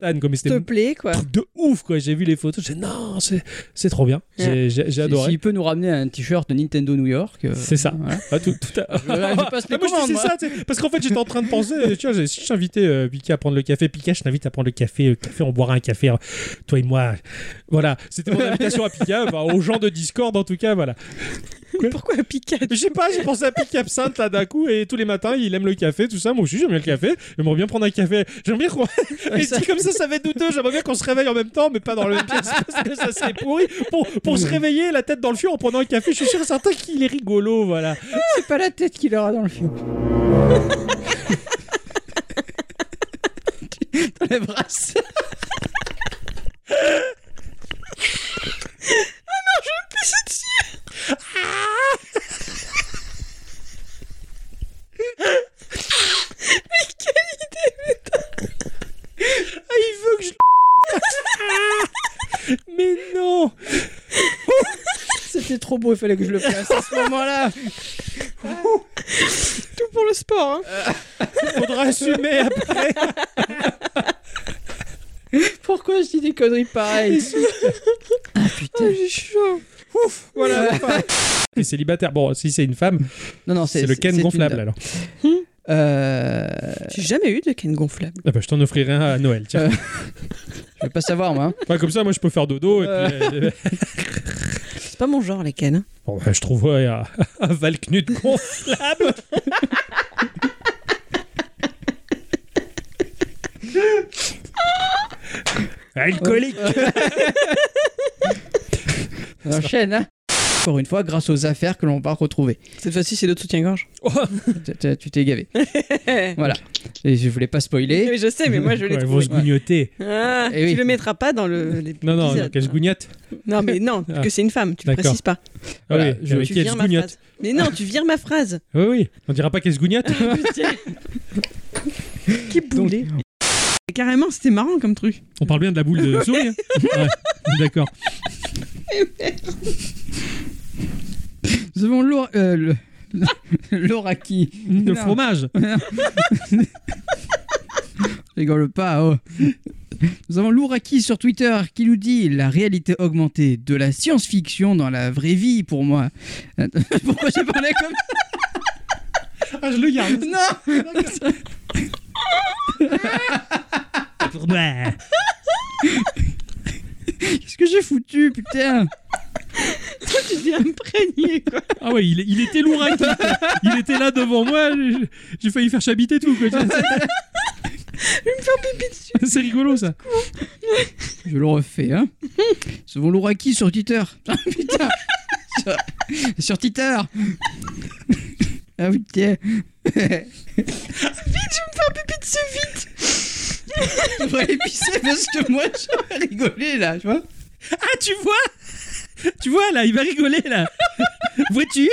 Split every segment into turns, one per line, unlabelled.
Manhattan, comme
S'il te
c'était
plaît, quoi.
truc de ouf quoi j'ai vu les photos j'ai dit, non c'est c'est trop bien j'ai j'ai- j'ai
S'il
adoré
s'il peut nous ramener un t-shirt de Nintendo New York. euh,
C'est ça.
voilà.
Ah, tout, tout à-
Je- je passe mes
Ah, moi je
commandes,
disais
moi.
ça tu sais, parce qu'en fait j'étais en train de penser euh, tu vois j'ai- si j'invitais euh, Pika à prendre le café Pika je t'invite à prendre le café euh, café on boira un café hein, toi et moi voilà c'était mon invitation à Pika enfin, aux gens de Discord en tout cas voilà
Pourquoi Pika
je sais pas j'ai pensé à Pika Absinthe là d'un coup et tous les matins il aime le café tout ça moi aussi j'aime bien le café j'aimerais bien prendre un café j'aime bien qu'on Et
ça-
si comme ça, ça va être douteux. J'aimerais bien qu'on se réveille en même temps, mais pas dans le même pièce, parce que ça serait pourri. Pour, pour se réveiller, la tête dans le fion en prenant un café, je suis sûr et certain qu'il est rigolo, voilà.
C'est pas la tête qu'il aura dans le film. dans les bras.
Ah, il veut que je. Mais non
C'était trop beau, il fallait que je le fasse à ce moment-là.
Tout pour le sport, hein.
Faudra assumer après
Pourquoi je dis des conneries pareilles Ah putain.
Ah, j'ai chaud.
Voilà Et célibataire. Bon, si c'est une femme,
Non, non,
c'est le Ken
c'est une
gonflable
dame.
alors.
Euh,
J'ai jamais eu de canne gonflable.
Ah bah, je t'en offrirai un à Noël, tiens.
Euh. je veux pas savoir, moi. hein.
Enfin, comme ça, moi, je peux faire dodo. Et puis, euh,
C'est pas mon genre, les cannes. hein.
Bon, bah, je trouverai un, un Valknut gonflable. Alcoolique.
On enchaîne, hein. Encore une fois, grâce aux affaires que l'on va retrouver.
Cette fois-ci, c'est d'autres soutiens-gorge.
Tu- tu- Tu t'es gavé. Voilà. Et je voulais pas spoiler.
Oui, je sais, mais moi, je l'ai
Ouais, Ils vont
trouvé.
se gougnoter.
Ah,
Eh oui.
Tu le mettras pas dans le. les
Non, non,
épisodes.
qu'elle se gougnote.
Non, mais non,
Ah.
que c'est une femme, tu le
D'accord.
précises pas.
Ah
Voilà,
oui,
je-
mais
tu
qu'elle
vires
se
ma
gougnote.
phrase. Mais non, tu vires ma phrase.
Oui, oui. On dira pas qu'elle se gougnote.
Qui boulait Carrément, c'était marrant comme truc.
On parle bien de la boule de souris. hein. Ouais, D'accord.
Nous avons Laura, euh, le- Laura qui
Le
Non.
fromage.
Rigole pas, oh. Nous avons Louraki sur Twitter qui nous dit la réalité augmentée de la science-fiction dans la vraie vie pour moi. Attends, Pourquoi j'ai parlé comme
Ah, je le garde.
Non
Pour moi.
Qu'est-ce que j'ai foutu, putain
Toi, tu t'es imprégné, quoi.
Ah ouais, il, il était lourd. hein, quoi. Il était là devant moi. j'ai- J'ai failli faire chabiter tout. Quoi. C'est rigolo ça.
Je le refais, hein. Nous avons Louraki sur Twitter. Ah, putain sur, sur Twitter Ah putain Je vais aller pisser parce que moi je vais rigoler là, tu vois
Ah, tu vois Tu vois là, il va rigoler là. Vois-tu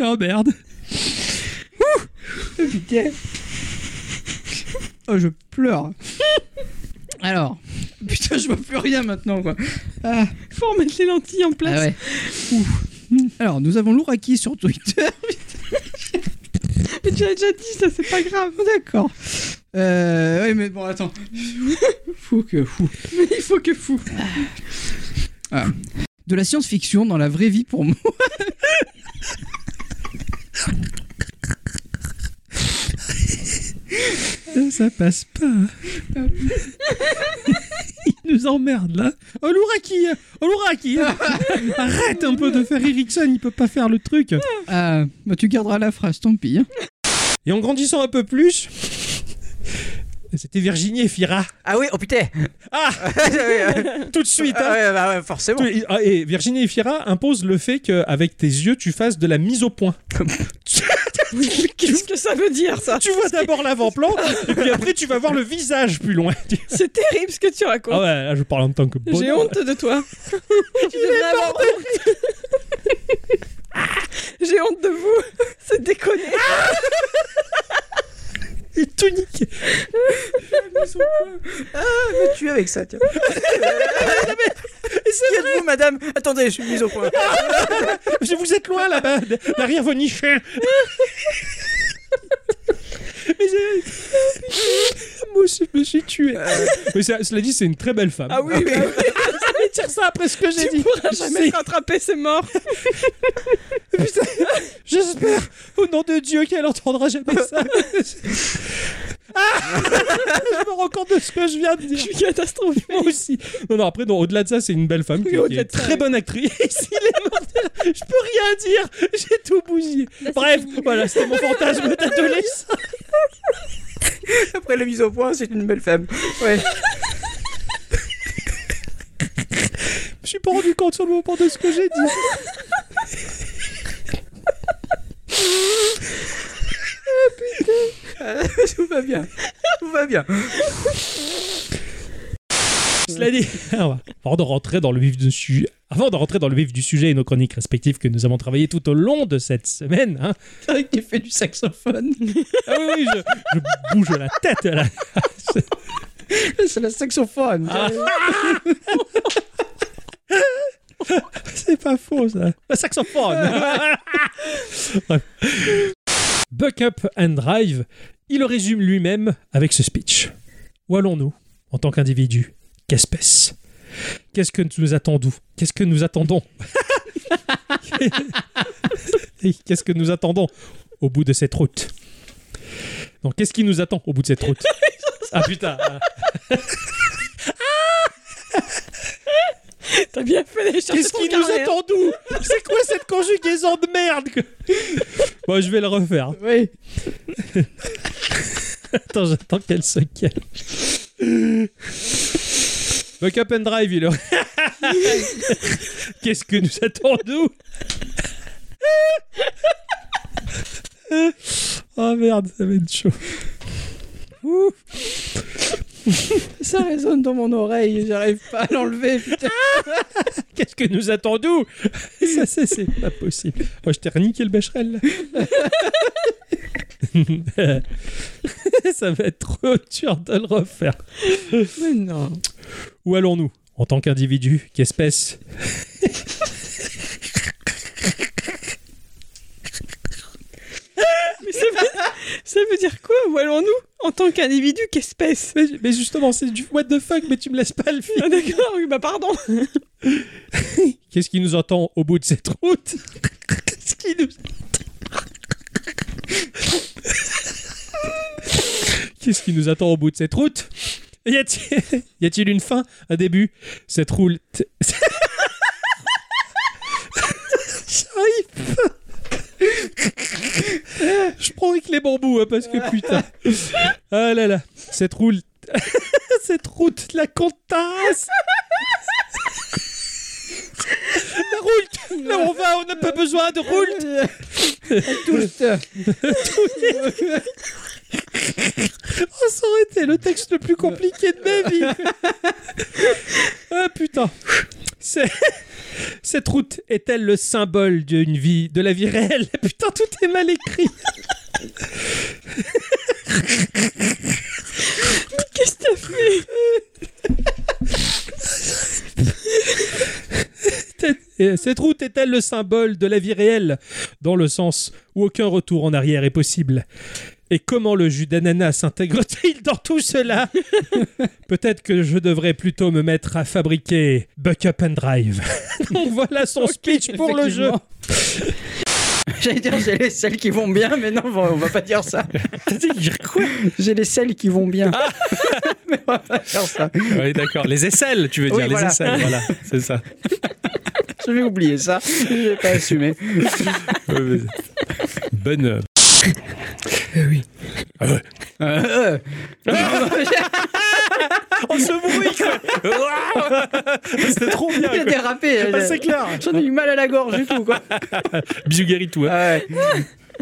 Oh merde.
Oh, Putain. Oh, je pleure. Alors, putain, je vois plus rien maintenant, quoi. Ah,
Faut remettre les lentilles en place.
ah ouais. Ouh. Alors, nous avons Louraki sur Twitter.
Mais tu l'as déjà dit, ça, c'est pas grave.
Oh, D'accord. Euh, ouais, mais bon, attends. Fou que fou. Ah.
Il faut que fou.
De la science-fiction dans la vraie vie pour moi.
Ça, ça passe pas. Il nous emmerde là. Oh l'ouraki Oh l'ouraki Arrête un peu de faire Ericsson, il peut pas faire le truc.
Ah, bah, tu garderas la phrase, tant pis. hein.
Et en grandissant un peu plus. C'était Virginie Efira.
Ah oui, oh putain
Ah Tout de suite hein.
Ah ouais, bah ouais, forcément
Tout- ah, et Virginie Efira impose le fait qu'avec tes yeux, tu fasses de la mise au point.
Qu'est-ce que ça veut dire, ça
Tu vois d'abord l'avant-plan, et puis après, tu vas voir le visage plus loin.
C'est terrible ce que tu racontes.
Ah ouais, là, je parle en tant que
J'ai
bonhomme.
honte de toi. Tu devrais avoir honte. J'ai honte de vous. C'est déconné.
Et tout niqué.
Ah, me tuer avec ça, tiens. Qui êtes-vous, madame Attendez, je suis mise au point.
Je- Vous êtes loin là-bas, d- derrière vos niches. Mais j'ai- possible, je me suis tué.
Euh.
Mais ça- cela dit, c'est une très belle femme.
Ah oui, oui, oui.
dire ça après ce que j'ai
bah Tu
dit.
pourras jamais
C'est-
te rattraper, c'est mort.
Putain, j'espère, au nom de Dieu, qu'elle entendra jamais ça. Ah je me rends compte de ce que je viens de
Je
dire.
suis catastrophique.
Moi aussi. Non, non, après, non, au-delà de ça, c'est une belle femme qui,
Oui,
qui
au-delà
est
de ça,
très
oui.
bonne actrice. Il est mortel. Je peux rien dire. J'ai tout bousillé. Bref, voilà, c'était mon fantasme d'adolescent.
Après la mise au point, c'est une belle femme. Ouais.
Je suis pas rendu compte sur le moment de ce que j'ai dit.
Ah, Euh, Tout va bien. Tout va bien.
Cela dit, alors, avant de rentrer dans le vif du sujet, avant de rentrer dans le vif du sujet et nos chroniques respectives que nous avons travaillées tout au long de cette semaine, hein,
qui fait du saxophone.
ah oui, oui, je, je bouge la tête là.
C'est la saxophone.
Ah. C'est pas faux, ça. La saxophone. Bref. Buck up and drive, il le résume lui-même avec ce speech. Où allons-nous en tant qu'individu Qu'espèce Qu'est-ce que nous attendons Qu'est-ce que nous attendons Et Qu'est-ce que nous attendons au bout de cette route Non, qu'est-ce qui nous attend au bout de cette route Ah putain
T'as bien fait les
Qu'est-ce qui nous attend d'où C'est quoi cette conjugaison de merde que- Bon, je vais le refaire.
Oui.
Attends, j'attends qu'elle se calme. Buck up and drive, il aurait- Qu'est-ce que nous attend d'où Oh merde, ça va être chaud. Ouh.
hein.
Ça résonne dans mon oreille. J'arrive pas à l'enlever.
Qu'est-ce que nous attendons Ça, c'est, c'est pas possible. Moi, je t'ai reniqué le bécherel, là. Ça va être trop dur de le refaire.
Mais non.
Où allons-nous En tant qu'individu, qu'espèce
Mais ça veut, ça veut dire quoi Où allons-nous En tant qu'individu, qu'espèce
mais, mais justement, c'est du what the fuck, mais tu me laisses pas le fil.
Ah, D'accord, oui, bah pardon.
Qu'est-ce qui nous attend au bout de cette route Qu'est-ce qui nous... Qu'est-ce qui nous attend au bout de cette route Y a-t-il y a-t-il une fin, un début Cette route... J'arrive pas. Je prends avec les bambous, hein, parce que putain... Ah là là, cette route... Cette route, la comptasse La route Là où on va, on n'a pas besoin de route Oh, ça aurait été le texte le plus compliqué de ma vie. ah putain. C'est- Cette route est-elle le symbole d'une vie, de la vie réelle Putain, tout est mal écrit.
Qu'est-ce que t'as fait
Et Cette route est-elle le symbole de la vie réelle dans le sens où aucun retour en arrière est possible Et comment le jus d'ananas s'intègre-t-il dans tout cela Peut-être que je devrais plutôt me mettre à fabriquer Buck Up and Drive. Donc voilà son speech pour le jeu.
J'allais dire, j'ai les selles qui vont bien, mais non, on va- on va pas dire ça. J'ai les selles qui vont bien. mais on va pas dire ça.
Oui, d'accord. Les aisselles, tu veux
Oui,
dire, les
voilà.
aisselles, voilà, c'est ça.
Je vais oublier ça. Je vais pas assumer.
Euh, Bonne. euh,
Euh, euh. Non, non, j'ai-
Oh, ce bruit quoi Waouh C'était trop bien
J'ai
quoi.
dérapé.
Ah, C'est clair
J'en ai eu mal à la gorge du tout, quoi.
Bisous Guéritou, hein.
Ah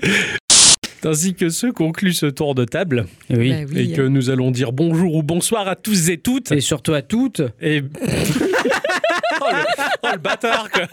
ouais.
Ainsi que ce conclut ce tour de table
Oui.
Eh
Bah oui,
et
hein.
que nous allons dire bonjour ou bonsoir à tous et toutes.
Et surtout à toutes.
Et. oh, le... oh, le bâtard quoi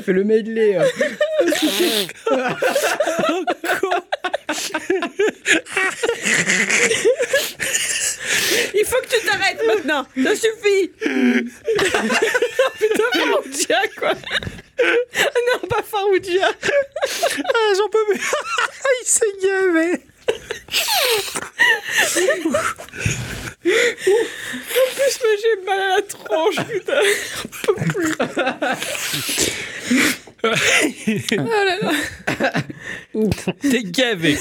fait le medley. euh.
Il faut que tu t'arrêtes maintenant. Ça suffit. Putain, Faroudia, quoi. non, pas Faroudia.
Ah, j'en peux plus. Il s'est gavé.
En plus, moi, j'ai mal à la tronche, putain. J'en peux plus. oh là là.
T'es gavé.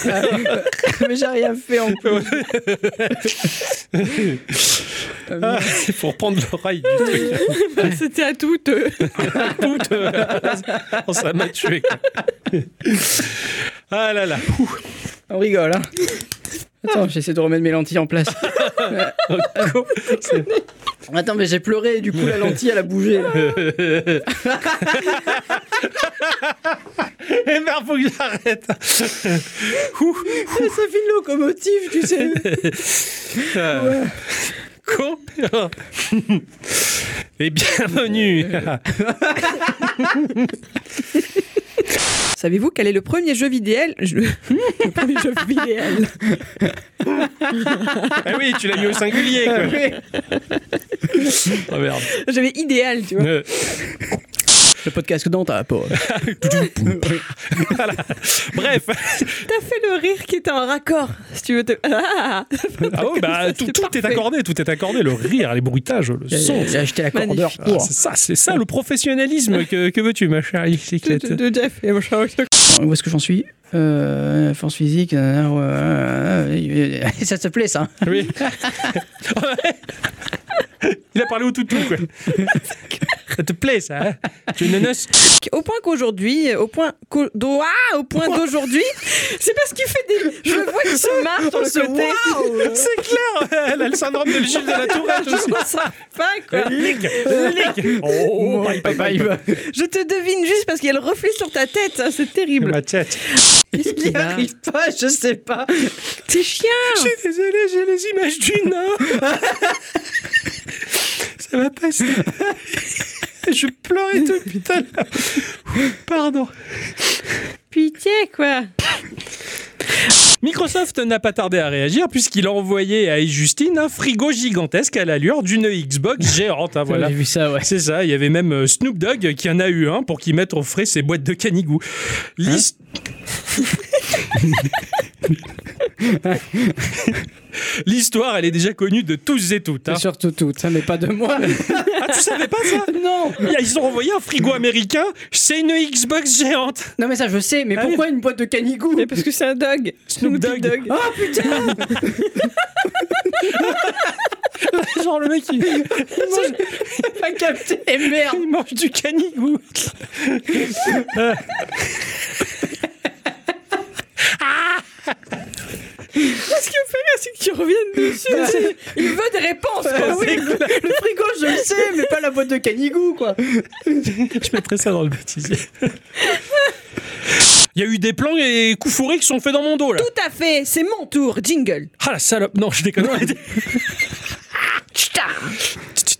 Mais j'ai rien fait en plus.
Ah, c'est pour prendre l'oreille du truc.
Bah, C'était à toutes. euh.
Tout, euh, oh, ça m'a tué. quoi. Ah là là.
On rigole, hein. Attends, j'essaie de remettre mes lentilles en place. Attends, mais j'ai pleuré, du coup la lentille elle a bougé. là.
Eh ben, faut que j'arrête. Ouh,
Ça fait une locomotive, tu sais.
euh, con. Et bienvenue.
Savez-vous quel est le premier jeu vidéo je- Le premier jeu vidéo
Ah oui, tu l'as mis au singulier.
Ah
Quoi.
oui.
Oh, merde.
J'avais idéal, tu vois.
Euh,
Le podcast dans ta peau.
bref.
T'as fait le rire qui était en raccord, si tu veux te... Ah
Ah oui, bah,
ça,
tout,
c'est
tout est
parfait. Euh,
accordé, tout est accordé. Le rire, les bruitages, le son.
J'ai acheté la cordeur
Ah,
pour.
c'est ça, c'est ça le professionnalisme que, que veux-tu, ma chère
de,
bicyclette
de- de Jeff et machin.
Où est-ce que j'en suis Euh, Force physique. euh, ouais, euh, euh, ça te plaît ça
Oui. Il a parlé au toutou, quoi. ça te plaît, ça hein Tu es une nonos
Au point qu'aujourd'hui, euh, au point qu'au- d'au- ah, au point d'aujourd'hui, c'est parce qu'il fait des... Je vois qu'il se marre sur
se
le côté.
C'est clair Elle a le syndrome de Gilles de la Tourette
Je
aussi.
ne ça pas, quoi.
Ligue Ligue Oh, bye, bye, bye, bye.
Je te devine juste parce qu'il y a le reflet sur ta tête, ça, c'est terrible.
Ma tête.
Qu'est-ce
Il
qu'il
n'y
y a
arrive pas, je sais pas.
T'es chien
Je suis désolé, j'ai les images du Nord. Ça va passer. Je pleurais depuis tout à l'heure. Pardon.
Pitié, quoi
Microsoft n'a pas tardé à réagir puisqu'il a envoyé à Justine un frigo gigantesque à l'allure d'une Xbox géante. hein, voilà.
J'ai vu ça, ouais.
C'est ça, il y avait même euh, Snoop Dogg qui en a eu un pour qu'il mette au frais ses boîtes de canigou. L'his- L'histoire, elle est déjà connue de tous et toutes. hein.
C'est Surtout tout, ça, mais pas de moi.
Ah, tu savais pas ça
non
Ils ont envoyé un frigo américain, c'est une Xbox géante.
Non, mais ça, je sais, mais
Ah oui.
pourquoi une boîte de canigou
Mais parce que c'est un dog
Snoop Dogg.
Oh putain
Genre le mec, il,
j'ai Pas capté,
Eh,
merde
il mange du canigou.
Ce qui me fait rire, c'est que tu reviennes dessus. Bah, Il veut des réponses, quoi.
oui, le, le frigo, je le sais, mais pas la boîte de canigou, quoi.
Je mettrai ça dans le bêtisier. Il y a eu des plans et coups fourrés qui sont faits dans mon dos là.
Tout à fait, c'est mon tour, jingle.
Ah la salope, non, je déconne.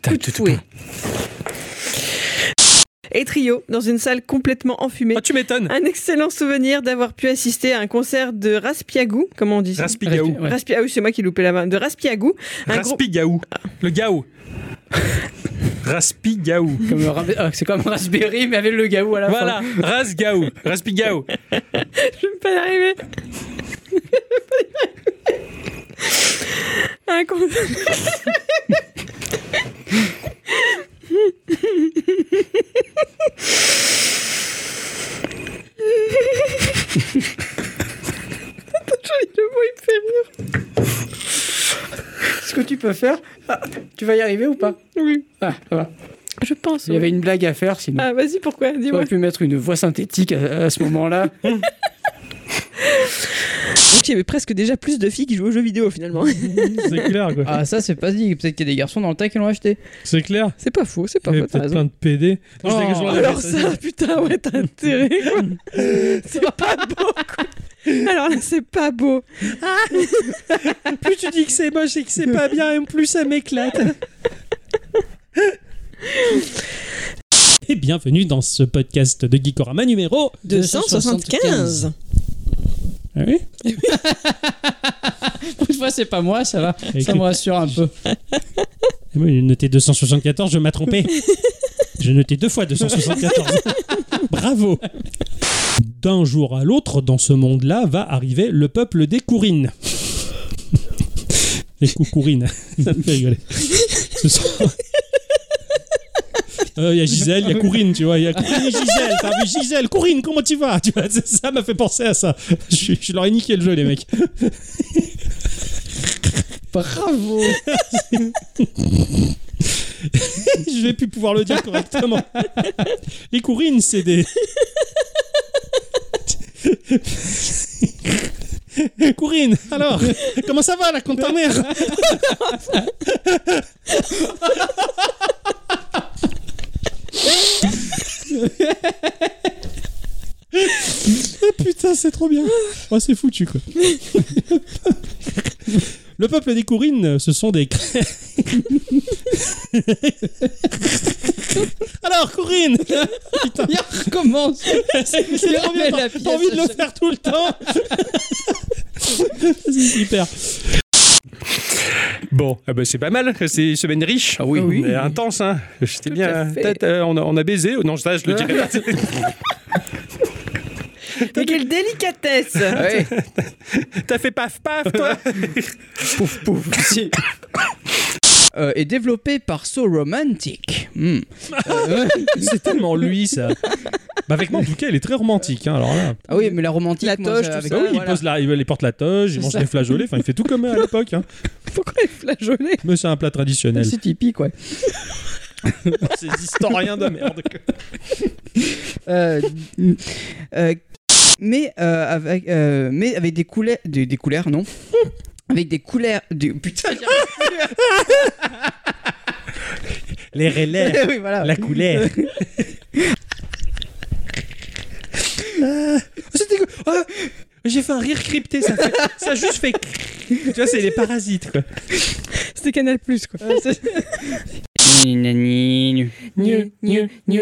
Coup de fouet. Et trio, dans une salle complètement enfumée.
Ah, tu m'étonnes.
Un excellent souvenir d'avoir pu assister à un concert de Raspiagou, comment on dit ça
Raspigaou.
Ouais.
Raspi- ah oui, c'est moi qui loupais la main. De Raspiagou, un groupe.
Raspigaou. Le gaou. Raspigaou.
Comme, un ra- ah, c'est comme un Raspberry, mais avec le gaou à la fin.
Voilà, Rasgaou. Raspigaou.
Je vais pas y arriver. Un con- Attends, j'ai le mot, il me fait rire.
Ce que tu peux faire, Ah, tu vas y arriver ou pas
Oui,
Ah, ça va.
je pense.
Il y
oui.
avait une blague à faire, sinon.
Ah, vas-y, pourquoi
Tu
Dis-moi.
aurais pu mettre une voix synthétique à, à ce moment-là.
Donc, il y avait presque déjà plus de filles qui jouent aux jeux vidéo finalement.
C'est clair, quoi.
Ah, ça, c'est pas dit. Peut-être qu'il y a des garçons dans le tas qui l'ont acheté.
C'est clair.
C'est pas faux, c'est pas
Il y
faux,
avait
t'as
peut-être
raison.
plein de PD. Non, je
Oh,
dégage, je l'enlève.
Alors ça, putain, ouais, t'as intérêt. quoi. C'est pas beau, quoi. Alors là, c'est pas beau.
plus tu dis que c'est moche et que c'est pas bien, et plus ça m'éclate.
et bienvenue dans ce podcast de Geekorama numéro.
275
Ah oui
Une fois, c'est pas moi, ça va.
Avec
Ça
le-
me rassure un peu.
Ah oui, J'ai noté 274, je m'ai trompé. J'ai noté deux fois 274. Bravo D'un jour à l'autre, dans ce monde-là, va arriver le peuple des Kourines. Les Koukourines. Ça me fait rigoler. Ce sont... Euh, Il y a Gisèle, il y a Courine, tu vois. Il y a Courine et Gisèle. T'as vu Gisèle, Courine, comment tu vas tu vois, c'est- Ça m'a fait penser à ça. Je, suis- je leur ai niqué le jeu, les mecs.
Bravo
Je vais plus pouvoir le dire correctement. Les Courines, c'est des. Courine, alors, comment ça va la compte ta mère Ah, Putain, c'est trop bien. Oh, c'est foutu quoi. Le peuple des Courines, ce sont des Alors, Corinne Putain,
Il recommence
c'est c'est trop bien,
remet
t'as
la
t'as envie de le
pièce à
faire tout le temps C'est super
Bon, ah bah, c'est pas mal, c'est une semaine riche. Ah oui,
oui.
Intense, hein. J'étais
à
bien.
fait.
Peut-être, euh, on, a, on a baisé. Non, ça, je le dirai pas.
Et quelle délicatesse
Ouais.
T'as fait paf paf, toi
Pouf, pouf. Si.
Euh, est développé par So Romantic. Hmm. Euh, ouais.
C'est tellement lui, ça bah avec moi, en tout cas, il est très romantique. hein, alors là,
Ah oui, mais la romantique,
La
moi,
toge,
ça,
tout
avec-
Bah oui, il,
voilà.
pose la, il il porte la toge, il
C'est
mange
ça.
des flageolets. Enfin, il fait tout comme à l'époque. hein.
Pourquoi il flageolait
Mais c'est un plat traditionnel.
C'est typique, ouais.
Ces historiens de merde.
Euh, euh, mais, euh, avec, euh, mais avec des couleurs. Des, des couleurs, non Avec des couleurs. des- oh, Putain, j'y arrive
Les relais,
pas. oui, voilà.
la couleur. C'était quoi Ah, J'ai fait un rire crypté, ça, fait- ça juste fait. Tu vois, c'est les parasites, quoi.
C'était Canal Plus quoi. New, new, new,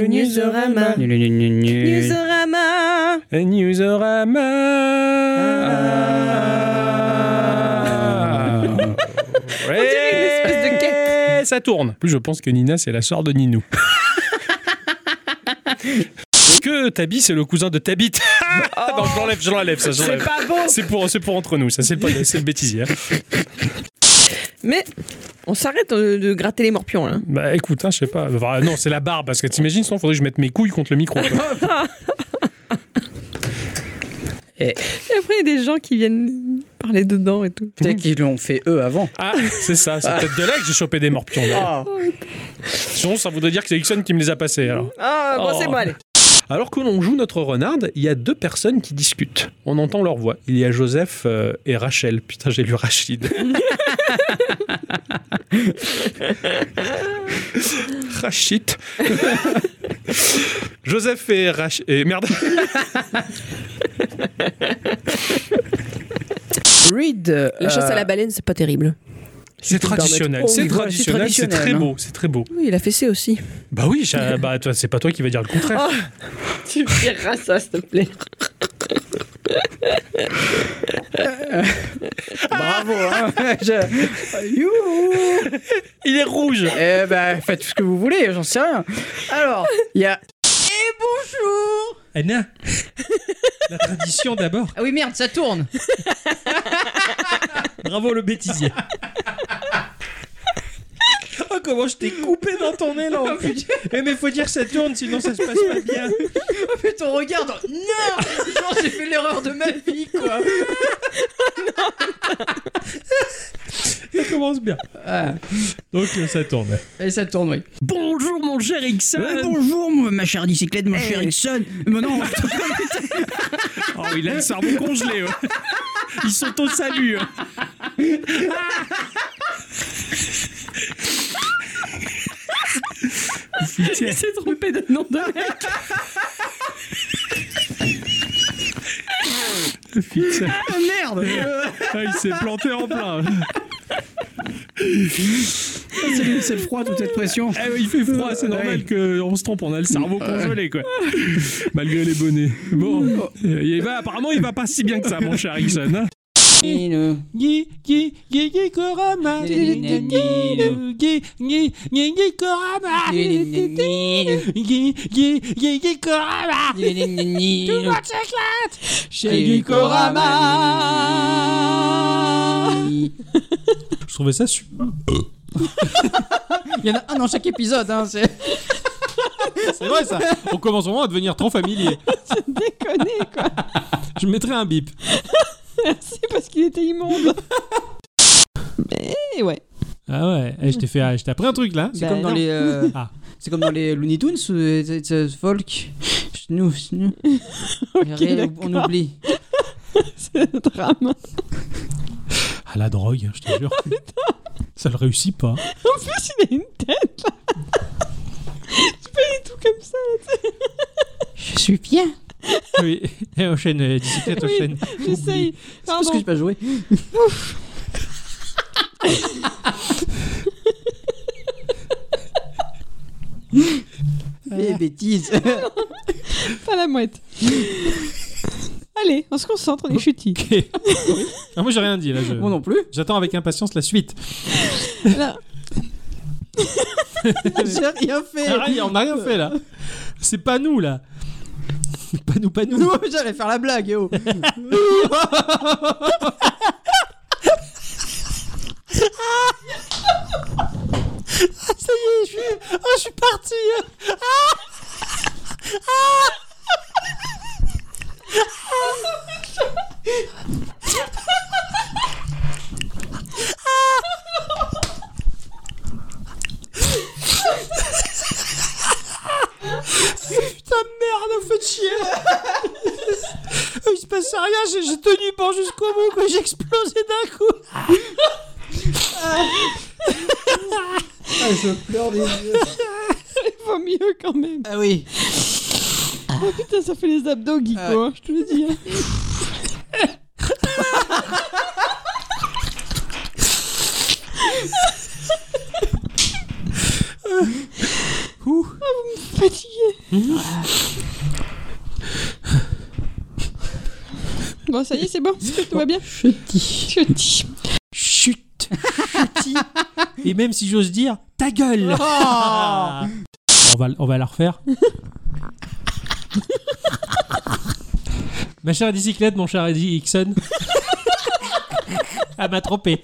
newsorama. Newsorama. Ah.
Newsorama Ouais.
espèce de
Ça tourne. En plus, je pense que Nina, c'est la sœur de Ninou. que Tabi, c'est le cousin de Tabit. Ah, non, je l'enlève, je l'enlève, ça, je
C'est
l'enlève.
pas bon.
C'est pour, c'est pour entre nous, ça, c'est le, c'est le bêtisier. hein.
Mais on s'arrête euh, de gratter les morpions là.
Bah écoute, hein, je sais pas. Enfin, non, c'est la barre, parce que t'imagines, sinon, faudrait que je mette mes couilles contre le micro. quoi.
Et après il y a des gens qui viennent parler dedans et tout.
Peut-être qu'ils l'ont fait eux avant.
Ah, c'est ça, c'est peut-être de là que j'ai chopé des morpions. d'ailleurs. Sinon, ça voudrait dire que c'est Ixon qui me les a passés, alors.
Ah bon
Oh.
c'est bon allez.
Alors que l'on joue notre renarde, il y a deux personnes qui discutent. On entend leur voix. Il y a Joseph euh, et Rachel. Putain, j'ai lu Rachid. Rachid. Joseph et Rachid. Et merde.
Read. euh,
La chasse à la baleine c'est pas terrible.
C'est traditionnel.
Oh,
C'est
oui, voilà,
traditionnel.
c'est
C'est
traditionnel,
très
hein.
beau. C'est très beau.
Oui, il a fessé aussi.
Bah oui, ça- bah, toi, c'est pas toi qui vas dire le contraire.
Ah.
Tu verras ça s'il te plaît.
Bravo, hein Je- Youhou
Il est rouge.
Eh ben, faites ce que vous voulez, j'en sais rien. Alors, il y a...
Anna, la tradition d'abord.
Ah oui, merde, ça tourne.
Bravo le bêtisier. Oh, comment je t'ai coupé dans ton élan Eh, mais faut dire que ça tourne, sinon ça se passe pas bien.
Oh putain, regarde. Non Genre, j'ai fait l'erreur de ma vie, quoi.
Ça commence bien.
Ah,
Donc, euh, ça tourne.
et ça tourne, oui.
Bonjour, mon cher Ixon.
bonjour, ma chère bicyclette, mon cher Ericsson. Mais non,
Oh, il a le cerveau congelé. ouais. Ils sont au salut. hein.
Il s'est trompé de nom de mec.
Putain.
merde.
Ah,
Ah, il s'est planté en plein.
C'est le- c'est le froid, toute cette pression.
Ah oui, il fait froid, c'est normal qu'on se trompe, on a le cerveau congelé, quoi. Malgré les bonnets. Bon, euh, il va, apparemment, il va pas si bien que ça, mon cher Ixon. hein. Je trouvais ça super.
Il y en a un dans chaque épisode, hein, c'est
C'est vrai, ça. On commence vraiment à devenir trop familier.
déconné quoi.
Je mettrai un bip.
C'est parce qu'il était immonde. Mais ouais.
Ah ouais, Eh, je t'ai fait, je t'ai appris un truc, là.
C'est comme dans les. euh,
Ah.
C'est comme dans les Looney Tunes, euh, it's, it's a folk. Nous, nous. on
d'accord.
oublie.
C'est un drame.
Ah, la drogue, je te jure. Ça le réussit pas.
En plus, il a une tête là. C'est pas du tout comme ça.
Je suis bien.
Oui, et enchaîne, euh, 17
Oui,
enchaîne.
J'essaye.
Parce que
Pardon.
j'ai pas joué. Les bêtises.
Pas la mouette. Allez, on se concentre, on est chutis.
Ah, moi, j'ai rien dit, là. je-
Moi non plus.
J'attends avec impatience la suite.
J'ai rien fait.
Ah, rien, on n'a rien fait, là. C'est pas nous, là. Pas nous, pas nous.
Nous, Oh, j'allais faire la blague, yo.
Ah, Ça y est, je suis, oh, je suis parti. Putain merde, feu de chier. Il se passe rien, j'ai j'ai tenu bon jusqu'au bout, quoi, j'ai explosé d'un coup.
Vaut mieux quand même.
Ah oui.
Oh putain, ça fait les abdos, Guico,
Ah ouais.
hein, je te le dis. hein. Ah, vous me fatiguez. Bon, ça y est, c'est bon, tout va bien.
Je dis.
Je dis.
Chut chutis. Et même si j'ose dire, ta gueule Oh. on, va, on va la refaire. ma chère bicyclette, mon cher Eddie Hickson. Elle m'a trompé.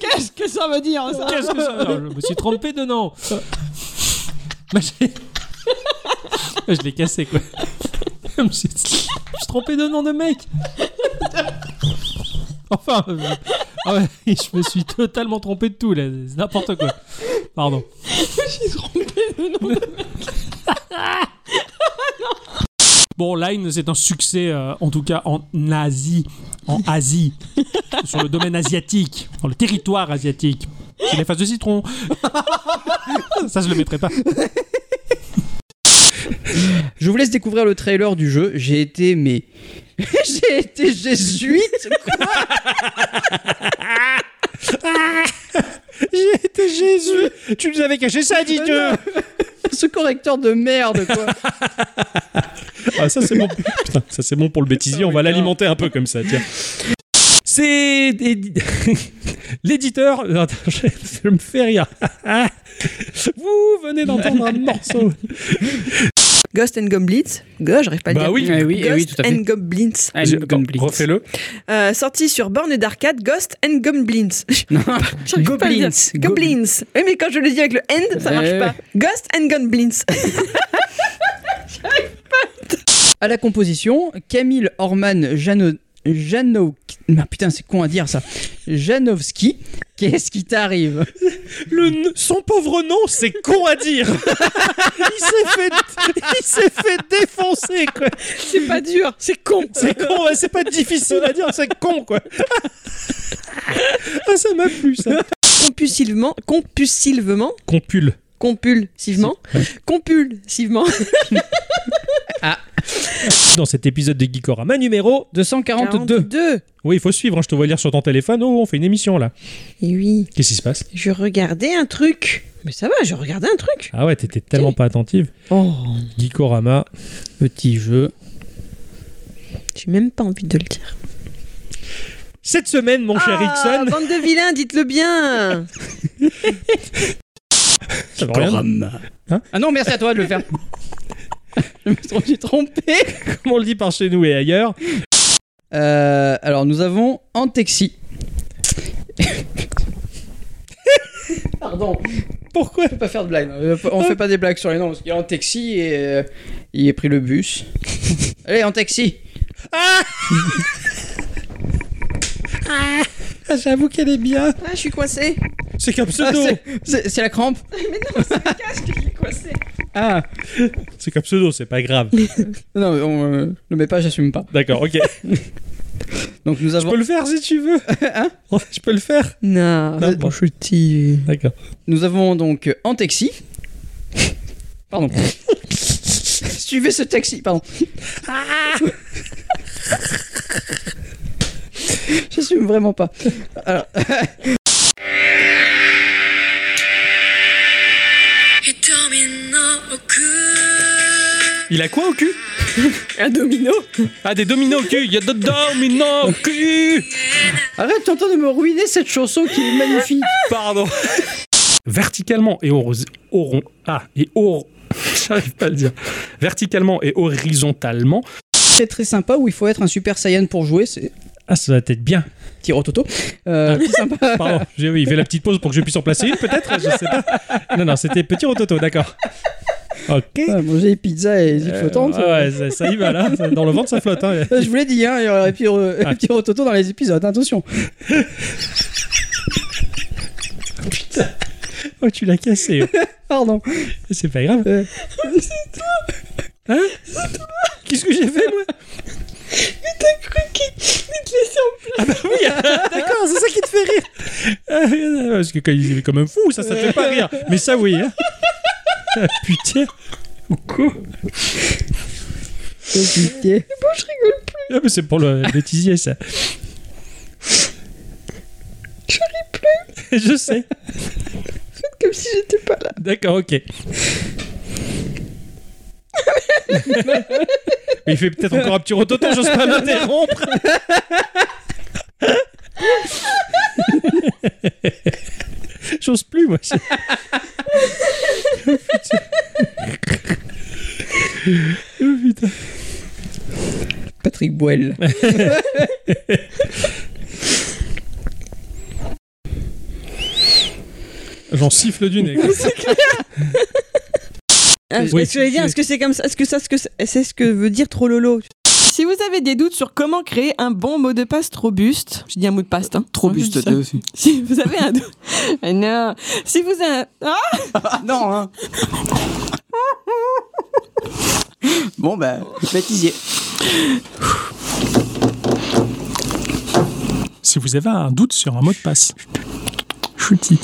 Qu'est-ce que ça veut dire ça
Qu'est-ce que ça Non, Je me suis trompé de nom. Ma chère- Je l'ai cassé, quoi. Je me suis, je me suis trompé de nom de mec. Enfin, euh, ah ouais, je me suis totalement trompé de tout, là. C'est n'importe quoi. Pardon.
J'ai trompé le nom.
Bon, Line, c'est un succès, euh, en tout cas en Asie, en Asie, sur le domaine asiatique, dans le territoire asiatique. C'est les faces de citron. Ça, je le mettrai pas.
Je vous laisse découvrir le trailer du jeu. J'ai été, mais. J'ai été jésuite
J'ai été Jésus Tu nous avais caché ça, dis-tu
Ce correcteur de merde, quoi
Ah, ça c'est bon. Putain, ça c'est bon pour le bêtisier. On va l'alimenter un peu comme ça. Tiens. C'est édi- l'éditeur. Attends, je je me fais rire. Vous venez d'entendre un morceau.
Ghost and Goblins. Go, j'arrive pas à le
Bah
dire.
oui.
Eh oui, eh oui,
Ghost
tout à fait.
and Goblins.
Ah,
Je-
une
attends,
Gomblitz.
Refais-le.
Euh, sorti sur borne d'arcade Ghost and Goblins.
Non,
J'arrive pas à le dire.
Goblins.
Goblins. Oui, mais quand je le dis avec le end, ça
Eh
marche
ouais.
pas. Ghost and Goblins.
À la composition, Camille Orman Jano... Jano... Ah, putain, c'est con à dire ça. Janowski. Qu'est-ce qui t'arrive
Le n- son pauvre nom, c'est con à dire. Il s'est fait, il s'est fait défoncer quoi.
C'est pas dur.
C'est con. C'est con. ouais, C'est pas difficile à dire. C'est con quoi. Ah, ça m'a plu ça.
Compulsivement, compulsivement,
Compule.
compulsivement, compulsivement,
Dans cet épisode de Geekorama numéro
Euh.
242.
42.
Oui, il faut suivre, hein, je te vois lire sur ton téléphone. Oh, on fait une émission là.
Et oui,
Qu'est-ce qui se passe
je regardais un truc. Mais ça va, je regardais un truc.
Ah ouais, t'étais tellement pas attentive.
Oh,
Geekorama,
Petit jeu.
j'ai même pas envie de le dire.
cette semaine, mon cher
ah,
Ixon.
bande de vilains, dites-le bien.
ça veut rien dire.
Ah non, merci à toi de le faire. Je me suis- j'ai trompé.
Comme on le dit par chez nous et ailleurs.
Euh, alors, nous avons Antexi. Pardon,
Pourquoi
on peut pas faire de blague. euh, On fait pas des blagues sur les noms parce qu'il est en taxi et euh, il a pris le bus. Allez, en taxi.
Ah.
Ah.
J'avoue qu'elle est bien.
Ah, je suis coincée.
C'est comme
Ah,
pseudo.
c'est- c'est c'est la crampe.
Mais non, c'est le casque, je l'ai coincé.
Ah,
c'est comme pseudo, c'est pas grave.
non, mais on euh, le met pas, j'assume pas.
D'accord, ok.
Donc nous
Je
avons,
peux le faire si tu veux. Je peux le faire.
Non,
Non, bon.
chutis.
D'accord.
nous avons donc euh, en taxi. Pardon. Suivez ce taxi, pardon.
Ah
J'assume vraiment pas. Alors,
Il a quoi au cul
Un domino
Ah, des dominos au cul. Il y a des dominos au cul.
arrête, t'es en train de me ruiner cette chanson qui est magnifique.
Pardon. Verticalement et horiz- horon. Ah, et hor. J'arrive pas à le dire. Verticalement et horizontalement.
C'est très sympa où il faut être un super saiyan pour jouer. C'est
Ah, ça va être bien.
Tiro Toto.
Ah
Euh, très sympa.
Pardon, j'ai- oui, il fait la petite pause pour que je puisse en placer une, peut-être Je sais pas. Non, non, c'était petit rototo, d'accord. Ok.
Ouais, manger pizza et îles flottantes.
Euh, ouais, ça, ça y va, là. Ça- Dans le ventre, ça flotte. hein.
Je vous l'ai dit, hein, il y aura pire, euh,
Ah.
pire Toto dans les épisodes, attention.
Oh, tu l'as cassé.
Pardon.
C'est pas grave.
Euh.
Hein Qu'est-ce que j'ai fait, moi Mais t'as cru qu'il te laissait en place. Ah bah oui, d'accord, c'est ça qui te fait rire. Ah, Parce que quand il est comme un fou, ça, ça te fait pas rire. Mais ça, oui. Hein. Ah, putain.
Compliqué.
Ah, mais c'est pour le bêtisier, ça. Je plus. Je sais.
Comme si j'étais pas là.
D'accord, ok. Mais il fait peut-être encore un petit rototon, j'ose pas l'interrompre. j'ose plus, moi. c'est- Oh, putain. Oh, putain.
Patrick Boel.
J'en siffle du nez. quoi.
Ah,
Oui.
est-ce que j'allais dire, est-ce que c'est comme ça Est-ce que ça, ce que c'est c'est ce que veut dire trop lolo Si vous avez des doutes sur comment créer un bon mot de passe trop buste, je dis un mot de passe, hein.
Trop
Hein, je
buste
dis ça.
deux aussi.
Si vous avez un doute, Ah non. Si vous avez, ah,
Ah non, hein Bon, bah, bêtisier.
Si vous avez un doute sur un mot de passe, chutis.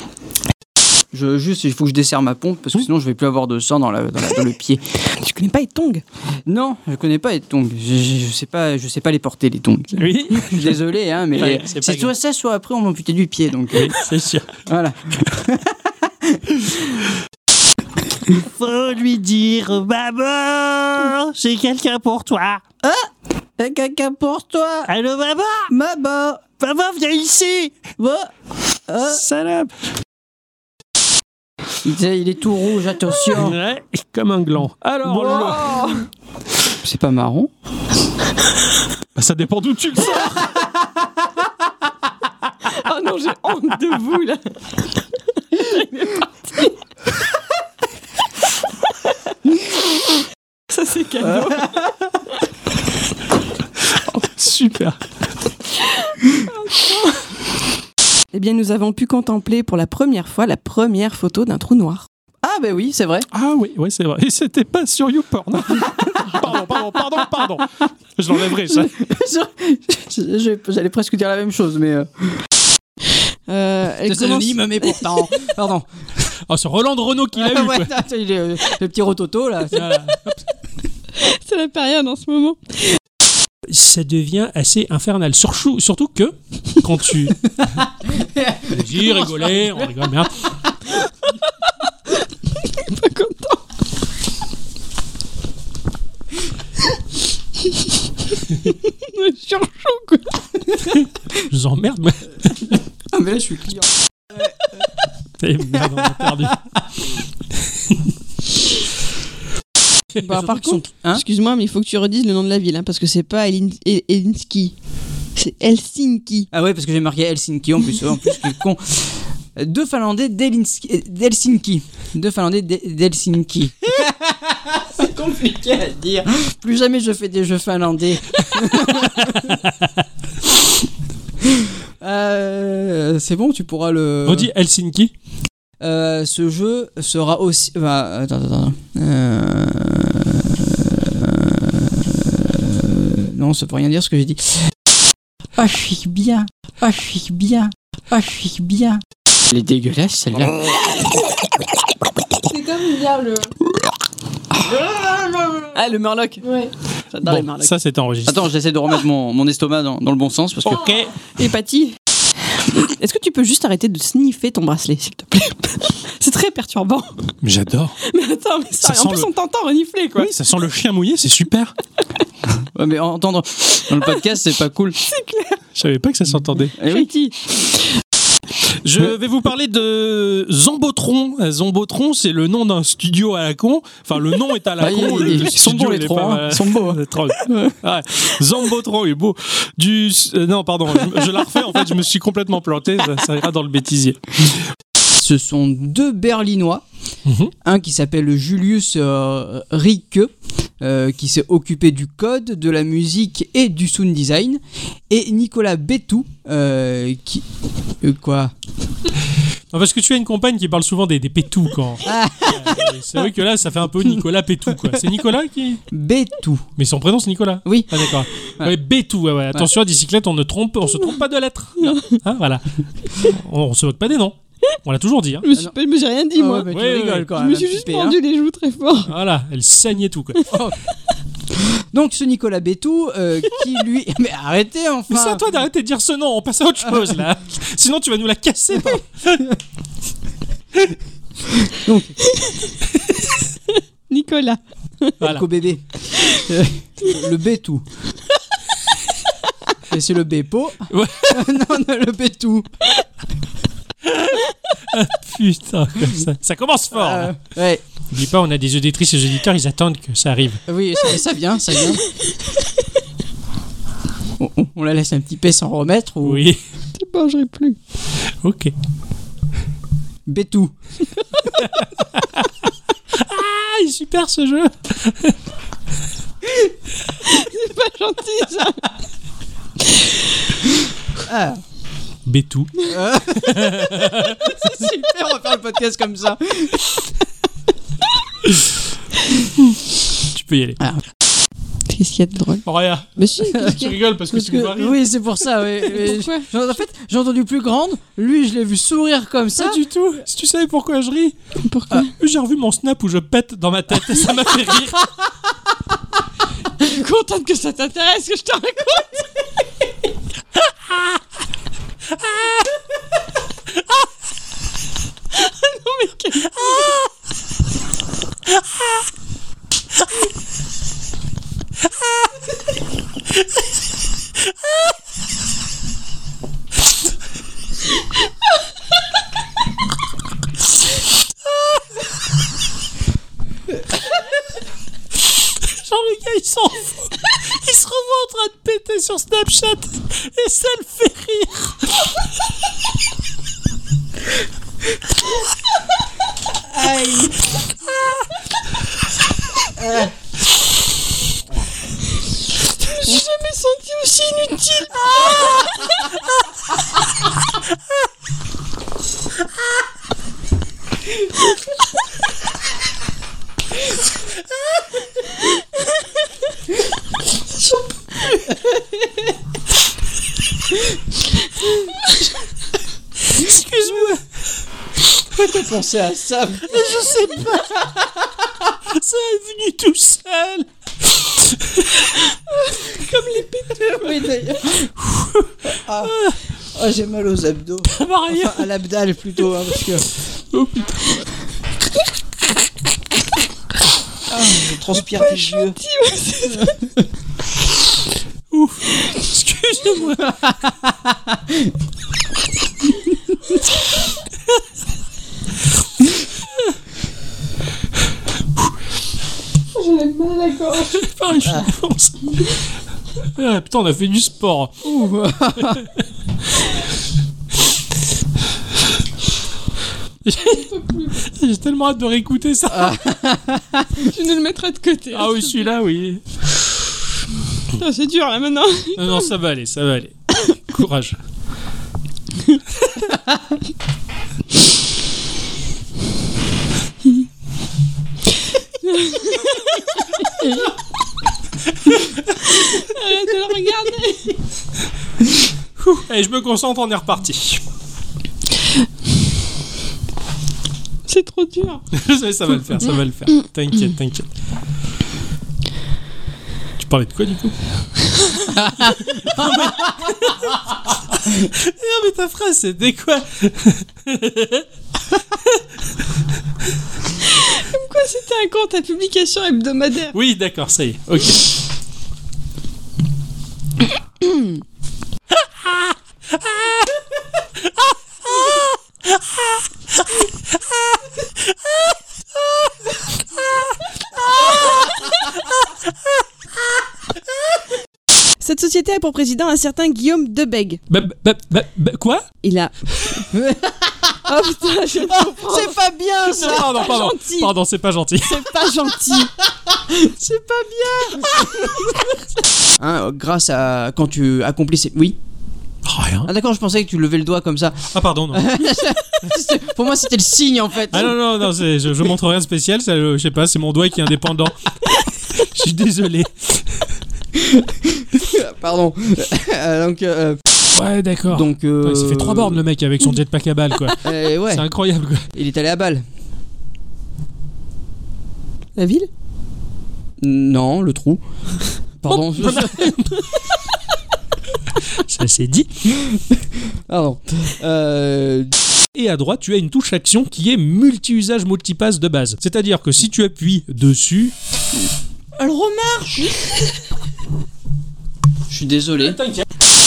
Je, juste, il faut que je desserre ma pompe parce que sinon je vais plus avoir de sang dans, la, dans, la- dans le pied.
tu connais pas les tongs
Non, je connais pas les tongs. Je, je- je sais pas, je sais pas les porter les tongs.
Oui,
Je suis désolé, hein, mais
Ouais, c'est pas
c'est soit
grave.
ça, soit après on m'amputait du pied. Donc euh,
c'est sûr.
voilà.
faut lui dire Maman, j'ai quelqu'un pour toi.
Et quelqu'un pour toi,
Allô, maman
maman.
Maman, viens ici Ah.
Bah, euh,
Salope.
il, est- il est tout rouge,
Ah.
attention.
Ouais, comme un gland. Alors,
Oh
le-
C'est pas marrant.
Bah, ça dépend d'où tu le sors.
Oh non, j'ai honte de vous là. Ça c'est cadeau.
Oh, Super.
Eh bien, nous avons pu contempler pour la première fois la première photo d'un trou noir.
Ah bah oui, c'est vrai.
Ah oui, ouais, c'est vrai. Et c'était pas sur YouPorn. pardon, pardon, pardon, pardon. Je l'enlèverai, ça.
Je- je- J'allais presque dire la même chose, mais. euh,
Euh, elle commence-
mais pourtant. Pardon.
Ah, c'est Roland de Renault qui l'a eu.
Ouais,
quoi. Ah.
non, il est, euh, le petit rototo là.
Voilà.
C'est la période en ce moment.
Ça devient assez infernal. Surchou- surtout que quand tu. Vas-y, rigolez, on rigole bien.
Pas content. Je suis en choc, quoi.
Je vous emmerde, moi.
Ah, mais là je suis client.
Et merde, on a perdu.
Bah, par
Surtout qu'ils
contre,
sont- hein
excuse-moi, mais il faut que tu redises le nom de la ville, hein, parce que c'est pas Helin-
E-,
Hel- Helsinki. C'est Helsinki.
Ah ouais, parce que j'ai marqué Helsinki en plus. En plus, quel con. Euh, Deux Finlandais d'Helsinki- d'Helsinki. Deux Finlandais d'He- d'Helsinki. C'est compliqué à dire. Plus jamais je fais des jeux finlandais. Euh, c'est bon, tu pourras le.
On dit Helsinki.
Euh, ce jeu sera aussi. bah, attends, attends, attends. Euh, euh, Non, ça peut rien dire ce que j'ai dit. Ah, je suis bien. Ah, je suis bien. Ah, je suis bien.
Elle est dégueulasse
Oh.
celle-là.
C'est comme une diable.
Ah, le Murloc.
Ouais.
J'adore les
Bon,
Murlocs.
ça, c'est enregistré.
Attends, j'essaie de remettre mon, mon estomac dans, dans le bon sens parce que.
Ok.
Et Patty, est-ce que tu peux juste arrêter de sniffer ton bracelet, s'il te plaît C'est très perturbant.
J'adore.
Mais attends, mais
Ça
ça, en
sent
plus,
le-
on t'entend renifler, quoi.
ça sent le chien mouillé, c'est super. Oh.
Ouais, mais entendre dans le podcast, c'est pas cool.
Je savais pas que ça s'entendait.
Eh oui.
Patty,
Je vais vous parler de Zombotron. Euh, Zombotron, c'est le nom d'un studio à la con. Enfin, le nom est à la
Ah,
con.
ils-
le-
ils
le
sont
studio,
bons, les
il est
trois,
pas
hein.
mal.
Ils sont beaux, hein.
Les trois. Ouais. Zombotron il est beau. Du... euh, non, pardon, je, je la refais. En fait, je me suis complètement planté. Ça, ça ira dans le bêtisier.
Ce sont deux Berlinois.
Mhm.
Un qui s'appelle Julius euh, Rieke, euh, qui s'est occupé du code, de la musique et du sound design. Et Nicolas Betou, euh, qui. euh, quoi
Non, Ah, parce que tu as une compagne qui parle souvent des, des pétous quand.
Ah.
Euh, c'est vrai que là, ça fait un peu Nicolas Pétou, quoi. C'est Nicolas qui.
Betou.
Mais son prénom, c'est Nicolas.
Oui.
Ah, d'accord.
Ouais.
Ouais, Bétou, ouais, ouais. Attention à bicyclette, on ne trompe, on se trompe pas de lettres. Hein, voilà. On, on se moque pas des noms. On l'a toujours dit. hein.
Je me suis
Ah
pas- mais j'ai rien dit,
Ah
moi.
ouais, mais tu
Ouais,
rigoles
ouais.
quand
Je
même,
me
un
suis
petit
juste
peu, hein.
mordu les joues très fort.
Voilà, elle saignait tout, quoi.
hein. Donc ce Nicolas Bétou euh, qui lui... Mais arrêtez
Mais c'est à
enfin
toi d'arrêter de dire ce nom, on passe à autre chose là. Sinon tu vas nous la casser. par-
Nicolas.
Voilà.
Nico bébé. Euh, le Bétou. Et c'est le Bépo.
Ouais.
non, non, le Bétou.
Putain, comme ça. Ah. ça commence fort.
Euh,
là.
ouais.
N'oublie pas, on a des auditrices et des auditeurs, ils attendent que ça arrive.
Oui, ça, ça vient, ça vient. On, on- on la laisse un petit peu s'en remettre ou...
Oui,
Je mangerai plus.
ok.
Bétou.
Ah, il est super ce jeu.
C'est pas gentil, ça.
Ah,
Bétou.
c'est super, on va faire le podcast comme ça.
Tu peux y aller.
qu'est-ce qu'il y a de drôle
Auréa,
Mais si, qu'est-ce
tu
qu'il y a
rigoles parce que
Parce
tu me vois
que,
rire.
oui, c'est pour ça. oui, oui.
Pourquoi
Genre, en fait, j'ai entendu plus grande. Lui, je l'ai vu sourire comme ça.
Ah,
Pas du tout. Si tu savais pourquoi je ris,
Pourquoi
j'ai revu mon snap où je pète dans ma tête et ça m'a fait rire.
Je suis contente que ça t'intéresse, que je te raconte.
Genre le gars il s'en fout. Il se revoit en train de péter sur Snapchat et ça le fait rire.
Je me suis jamais sentie aussi inutile.
Excuse-moi.
Pourquoi t'as pensé à ça
Mais je sais pas. Ça est venu tout seul.
Comme les péteurs. Oui, d'ailleurs. Ah, ah, j'ai mal aux abdos. Enfin, à l'abdal plutôt, hein, parce que. Oh putain. Ah, je transpire des yeux.
Ouf. Excusez-moi.
J'ai mal à la gorge.
Pareil, je pense. Ah, putain, on a fait du sport. J'ai tellement hâte de réécouter ça.
Ah.
Tu nous le mettras de côté.
Ah oui, celui-là, oui.
Putain, C'est dur là maintenant.
Non, non, ça va aller, ça va aller. Courage.
Arrête de le regarder.
Ouh, Allez, je me concentre, on est reparti.
C'est trop dur.
Je sais, ça va le faire, ça va le faire. T'inquiète, t'inquiète. Tu parlais de quoi du coup Non mais ta phrase c'était quoi
Quoi, c'était un compte à publication hebdomadaire
Oui d'accord ça y est, ok.
Cette société a pour président un certain Guillaume Debeg.
Bah, bah, bah, bah, quoi
Il a. oh putain, je ne comprends
C'est pas bien ça
Non, non, pardon,
gentil.
pardon, c'est pas gentil.
pas gentil.
C'est pas bien Hein, euh, Grâce à. Quand tu accomplis. ces- Oui
Rien.
Ah d'accord, je pensais que tu levais le doigt comme ça.
Ah pardon, non.
C'est- Pour moi, c'était le signe en fait.
Ah non, non, non, c'est- je, je montre rien de spécial, ça, je, je sais pas, c'est mon doigt qui est indépendant. Je suis désolé.
Pardon. Euh, donc. euh,
Ouais, d'accord. Donc,
donc euh,
ça fait trois bornes le mec avec son jetpack à balles, quoi.
euh, ouais,
C'est incroyable, quoi.
il est allé à balle.
La ville
Non, le trou. Pardon.
Ça c'est dit.
Pardon. Euh,
Et à droite, tu as une touche action qui est multi-usage multipass de base. C'est-à-dire que si tu appuies dessus.
Elle remarche Je suis désolé.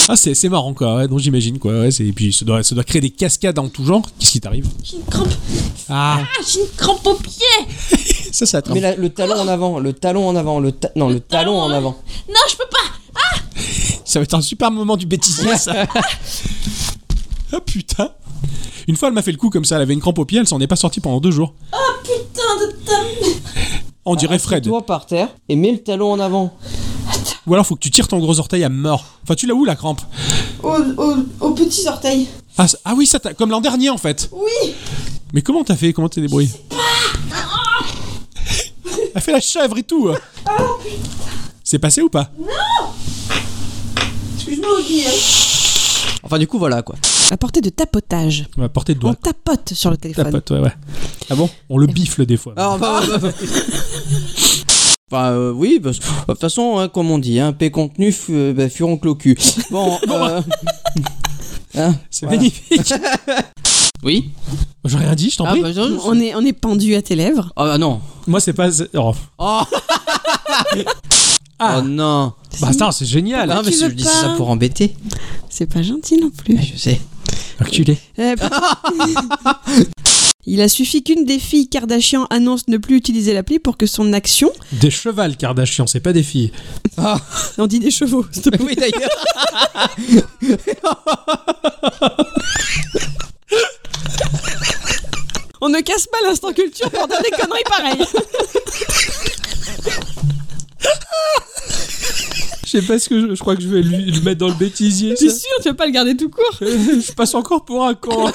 Ah, c'est c'est marrant, quoi. Ouais, donc j'imagine, quoi. Ouais, c'est- et puis, ça doit, ça doit créer des cascades en tout genre. Qu'est-ce qui t'arrive
J'ai une crampe,
Ah,
ah, j'ai une crampe au pied.
ça, ça
Mais la- le talon en avant, le talon en avant, le ta- non, le, talon,
talon
en
en
avant.
Non, je peux pas.
Ça va être un super moment du bêtisier, ça. ah putain. Une fois, elle m'a fait le coup comme ça. Elle avait une crampe au pied, elle s'en est pas sortie pendant deux jours.
Oh, Putain de ta
On dirait Fred.
Toi par terre et mets le talon en avant.
Ou alors, faut que tu tires ton gros orteil à mort. Enfin, tu l'as où la crampe
Aux, aux, aux petits orteils.
ah, ça- ah oui, ça t'a- comme l'an dernier en fait.
Oui.
Mais comment t'as fait Comment t'es débrouillé Elle fait la chèvre et tout. C'est passé ou pas
Excuse-moi, Guy.
Enfin du coup voilà quoi.
À portée de tapotage.
On va porter de
On
doigt.
tapote sur le téléphone.
Tapote, ouais, ouais. Ah bon On le bifle des fois.
Alors bah, bah, bah, bah. Bah, euh, oui, parce- de toute façon, hein, comme on dit, hein, P contenu, fu- euh, bah, furoncle au cul. Bon, euh, hein,
C'est
voilà.
magnifique.
Oui
J'ai rien dit, je t'en
Ah
prie.
bah, je-
On est, on est pendu à tes lèvres.
Ah, bah, non.
Moi, c'est pas. Oh,
Oh,
Ah.
Oh, non.
bah, attends, c'est génial.
non, mais
tu
je
veux
dis
pas
ça pour embêter.
C'est pas gentil non plus.
Ah, Je sais.
Enculé.
Eh, putain. Il a suffi qu'une des filles Kardashian annonce ne plus utiliser l'appli pour que son action.
Des chevals, Kardashian, c'est pas des filles.
On dit des chevaux, s'il te plaît.
Oui, d'ailleurs.
On ne casse pas l'instant culture pour dire des conneries pareilles.
Je sais pas ce que je, je crois que je vais lui, lui mettre dans le bêtisier.
T'es
ça.
sûr, tu vas pas le garder tout court
je passe encore pour un con.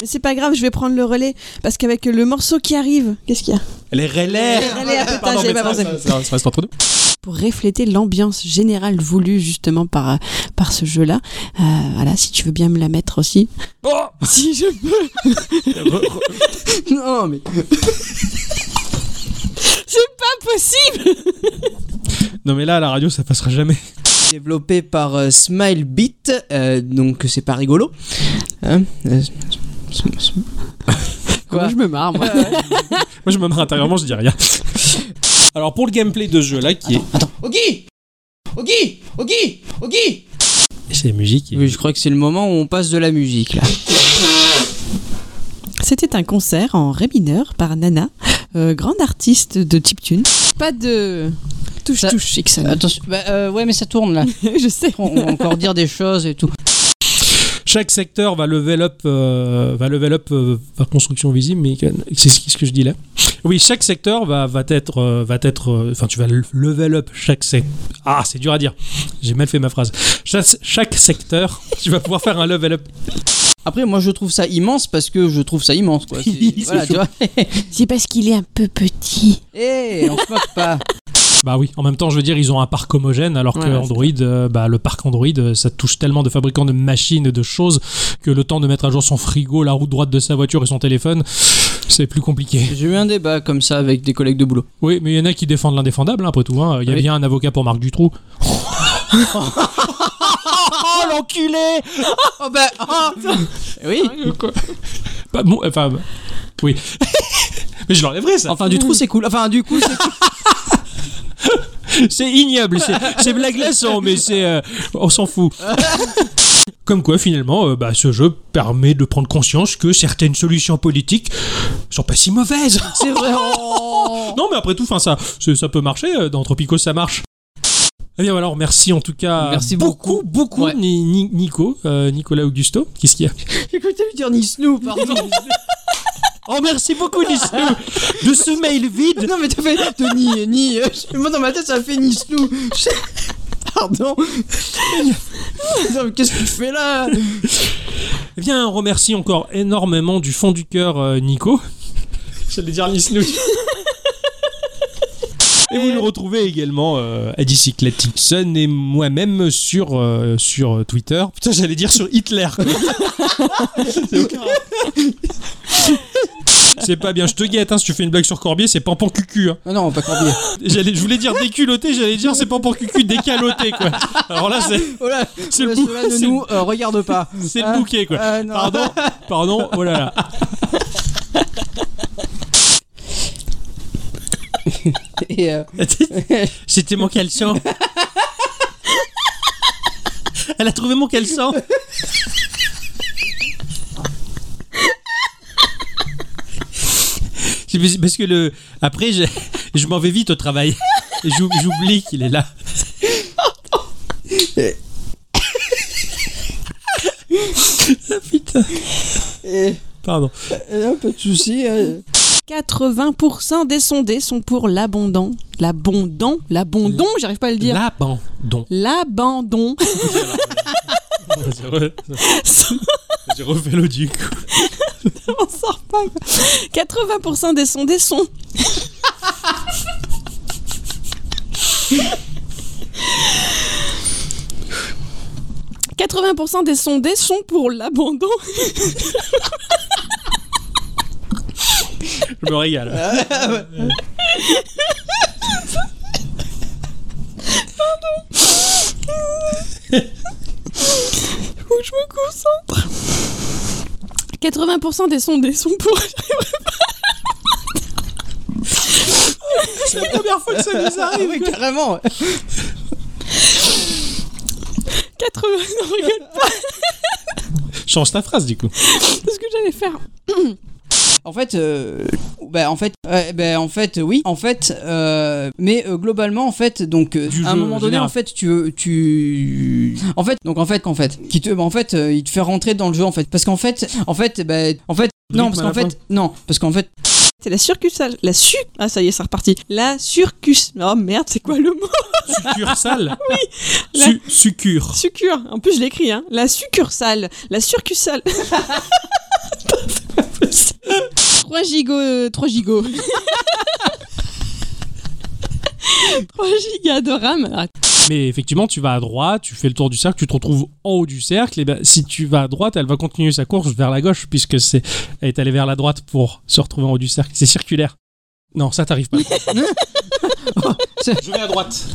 Mais c'est pas grave, je vais prendre le relais parce qu'avec le morceau qui arrive, qu'est-ce qu'il y a
Les relais.
Les relais à potage,
Pardon,
j'avais
mais
pas
ça,
pensé.
ça- ça- ça reste entre nous.
pour refléter l'ambiance générale voulue justement par, euh, par ce jeu-là. Euh, voilà, si tu veux bien me la mettre aussi.
Oh
Si je peux
Non, mais.
C'est pas possible
Non mais là, à la radio, ça passera jamais.
Développé par euh, Smilebeat, euh, donc c'est pas rigolo. Hein Euh,
Moi, je me marre, moi.
Euh,
Moi, je me marre intérieurement, je dis rien. Alors, pour le gameplay de ce jeu là, qui est.
Ogi Ogi Ogi Ogi
C'est la musique.
Oui, je crois que c'est le moment où on passe de la musique là.
C'était un concert en ré mineur par Nana, euh, grande artiste de chiptune. Pas de touche touche Ixon.
Attention, bah, euh, ouais, mais ça tourne là.
je sais.
On va encore dire des choses et tout.
Chaque secteur va level up, euh, va level up euh, par construction visible, mais c'est ce ce que je dis là. Oui, chaque secteur va, va être, euh, va être, euh, enfin, tu vas le- level up chaque secteur. Ah, c'est dur à dire. J'ai mal fait ma phrase. Chaque, chaque secteur, tu vas pouvoir faire un level up.
Après, moi je trouve ça immense parce que je trouve ça immense quoi. C'est- voilà, tu vois.
C'est parce qu'il est un peu petit.
Eh, on se moque pas.
Bah oui, en même temps, je veux dire, ils ont un parc homogène, alors que
Ouais, ouais,
Android, euh, bah, le parc Android, euh, ça touche tellement de fabricants de machines et de choses que le temps de mettre à jour son frigo, la roue droite de sa voiture et son téléphone, c'est plus compliqué.
J'ai eu un débat comme ça avec des collègues de boulot.
Oui, mais il y en a qui défendent l'indéfendable, hein, après tout. hein. Il y a
Oui.
bien un avocat pour Marc Dutroux.
Oh l'enculé Oh bah Oui
Bah, bon, enfin, bah, oui. mais je l'enlèverai, ça.
Enfin du trou c'est cool. Enfin du coup c'est cool.
C'est ignoble, c'est, c'est blaglaçant, mais c'est. euh, on s'en fout. Comme quoi, finalement, euh, bah, ce jeu permet de prendre conscience que certaines solutions politiques sont pas si mauvaises.
C'est vrai. Oh.
Non, mais après tout, fin, ça, c'est- ça peut marcher. euh, Dans Tropico, ça marche. Eh bien, alors, merci en tout cas.
Merci
beaucoup, beaucoup, Ni- Ni- Nico, euh, Nicolas Augusto. Qu'est-ce qu'il y a
J'ai cru que t'allais dire ni Snoop, pardon.
Oh, merci beaucoup, Nico, de ce mail vide.
non mais t'as fait de ni ni. euh, Moi dans ma tête ça a fait ni Snoop. Pardon. Non, mais Qu'est-ce que tu fais là
Eh bien, on remercie encore énormément du fond du cœur euh, Nico. J'allais dire Nisnou. Et vous nous retrouvez également euh, à Dicycletic Sun et moi-même sur, euh, sur Twitter. Putain, j'allais dire sur Hitler. C'est aucun rapport. C'est pas bien, je te guette. hein, si tu fais une blague sur Corbier, c'est pan cucu. hein.
Non, non, pas Corbier.
J'allais, je voulais dire déculotté, j'allais dire c'est pan cucu décaloté quoi. Alors là, c'est,
Oh là,
c'est le, bou-
cela ne
c'est le-
nous euh, regarde pas.
c'est
Ah,
le bouquet quoi.
ah, non.
Pardon, pardon, oh là là.
Et, euh,
C'était mon caleçon. Elle a trouvé mon caleçon. C'est parce- Parce que le après je, je m'en vais vite au travail. Et j'ou- J'oublie qu'il est là. Ah, putain.
et-
Pardon.
et un peu de soucis. hein.
80% des sondés sont pour l'abondant. L'abondant L'abondant J'arrive pas à le dire.
L'abandon.
L'abandon.
J'ai re- j'ai refait le du coup.
On sort pas. quoi. 80% des sondés sont. « 80% des sondés sont pour l'abandon.
Je me régale.
Où je me concentre. 80% des sondés sont pour...
C'est la première fois que Oh, ça nous arrive.
Ah Oui, carrément.
80... Non, rigole,
Change ta phrase du coup.
c'est ce que j'allais faire.
En fait, euh, bah, en fait, ouais, bah, en fait, oui, en fait, euh, mais euh, globalement, en fait, donc, euh,
Du
à un
jeu
moment donné,
général.
en fait, tu, euh, tu, en fait, donc, en fait, en fait, qui te, bah, en fait, euh, il te fait rentrer dans le jeu, en fait, parce qu'en fait, en fait, bah, en fait, non,
Rythme
parce
à la
qu'en fait, non, parce qu'en fait,
C'est la succursale. La su... Ah, ça y est, c'est reparti. La surcus... Oh, merde, c'est quoi le mot
Succursale Oui.
Su-
succure.
Succure. En plus, je l'écris, hein. La succursale. La succursale. euh, 3 gigots. 3 gigots.
3 gigas de RAM. Alors,
Mais effectivement, tu vas à droite, tu fais le tour du cercle, tu te retrouves en haut du cercle. Et ben, si tu vas à droite, elle va continuer sa course vers la gauche, puisque c'est elle est allée vers la droite pour se retrouver en haut du cercle. C'est circulaire. Non, ça t'arrive pas. je vais à droite.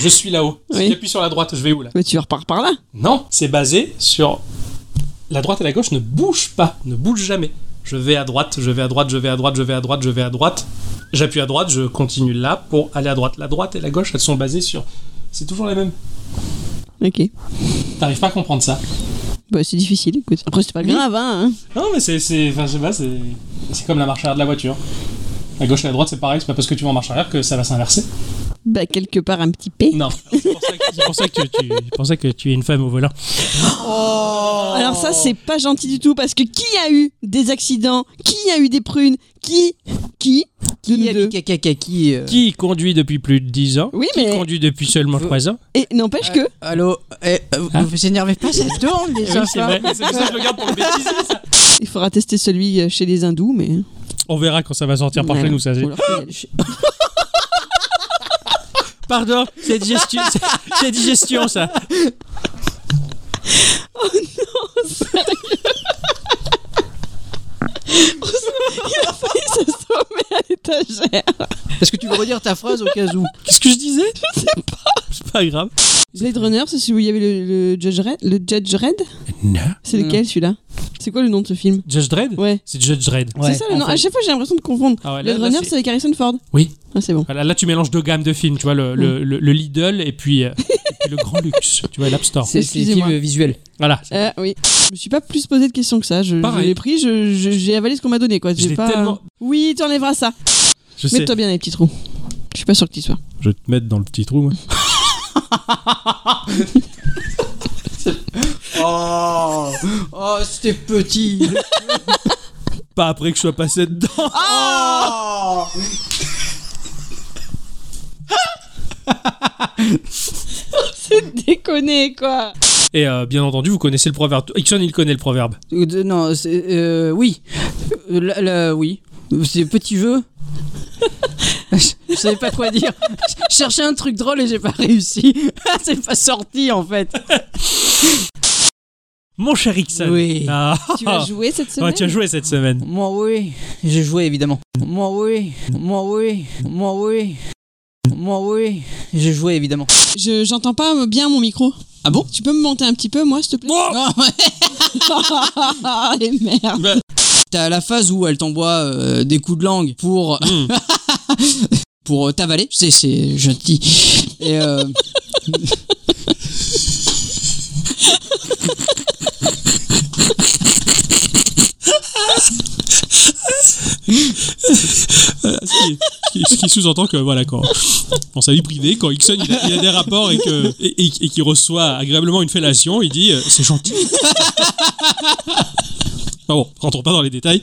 Je suis là-haut. Si j'appuie sur la droite, je vais où là
Mais tu repars par là.
Non, c'est basé sur la droite et la gauche ne bougent pas, ne bougent jamais. Je vais à droite, je vais à droite, je vais à droite, je vais à droite, je vais à droite. J'appuie à droite, je continue là pour aller à droite. La droite et la gauche, elles sont basées sur. C'est toujours les mêmes.
Ok.
T'arrives pas à comprendre ça.
Bah, c'est difficile, écoute. Après, c'est pas grave, hein.
Non, mais c'est. c'est- Enfin, je sais pas, c'est. C'est comme la marche arrière de la voiture. La gauche et la droite, c'est pareil, c'est pas parce que tu vas en marche arrière que ça va s'inverser.
Bah, quelque part, un petit P.
Non. C'est pour ça que tu, pour ça que tu es une femme au volant.
Alors ça, c'est pas gentil du tout parce que qui a eu des accidents Qui a eu des prunes Qui Qui Qui a qui,
euh,
Qui conduit depuis plus de 10 ans
Oui,
Qui
mais-
conduit depuis seulement 3 ans
Et n'empêche que...
Allô, eh, euh, vous- vous vous énervez pas, ça tourne
Eh
les
Ah. oui,
gens. hein.
c'est vrai, mais c'est pour ça que je le garde pour le bêtisier, ça.
Il faudra tester celui euh, chez les hindous, mais...
On verra quand ça va sortir par
Voilà.
chez nous, ça.
Faut leur filer le ch-
Pardon, c'est digestion, c'est- c'est digestion, ça.
Oh non, sérieux Il a failli s'assommer à l'étagère.
Est-ce que tu veux redire ta phrase au cas où
Qu'est-ce que je disais
Je sais pas.
C'est pas grave.
Blade Runner, c'est celui où il y avait le, le Judge Red Le Judge Red
Non.
C'est lequel, celui-là C'est quoi le nom de ce film
Judge Dredd
Ouais.
C'est Judge Dredd.
C'est ça le nom À chaque fois, j'ai l'impression de confondre.
Ah ouais, là-
Blade
là,
Runner,
c'est-
c'est avec Harrison Ford.
Oui.
Ah, c'est bon.
Voilà, là, tu mélanges deux gammes de films, tu vois, le, le, le- le Lidl et puis, euh, et puis le Grand Luxe, tu vois, l'App Store.
Ah, C'est c'est des
Excusez-moi.
films visuels.
Voilà.
Ah oui. Je me suis pas plus posé de questions que ça. Je, je
Pareil.
l'ai pris, je- je- j'ai avalé ce qu'on m'a donné, quoi.
Je
J'ai
l'ai
pas...
tellement-
Oui, tu enlèveras ça.
Je sais.
Mets-toi bien les petits trous. Je suis pas sûr que tu sois.
Je vais te mettre dans le petit trou, moi.
Oh, oh c'était petit.
Pas après que je sois passé dedans.
Oh
C'est déconné, quoi.
Et euh, bien entendu, vous connaissez le proverbe. Ixon, il connaît le proverbe.
Euh, de- non, c'est euh, oui, Euh, là, là, oui, c'est petit jeu. je, je savais pas quoi dire. Je cherchais un truc drôle et j'ai pas réussi. c'est pas sorti en fait.
Mon cher Ixon.
Oui.
Ah.
Tu as joué cette semaine
Ouais, tu as joué cette semaine.
Moi oui, j'ai joué évidemment. Moi oui, moi oui, moi oui, moi oui, j'ai joué évidemment.
Je j'entends pas bien mon micro.
Ah bon
Tu peux me monter un petit peu, moi, s'il te plaît
Non,
Ah, les merdes
T'as la phase où elle t'envoie euh, des coups de langue pour
Mm.
pour euh, t'avaler. C'est c'est gentil. Et euh,
Ce qui- ce qui, ce qui sous-entend que, voilà, quand, dans sa vie privée, quand Ixon il a, il a des rapports et que- et- et- et qu'il reçoit agréablement une fellation, il dit euh, c'est gentil. Enfin bon, rentrons pas dans les détails.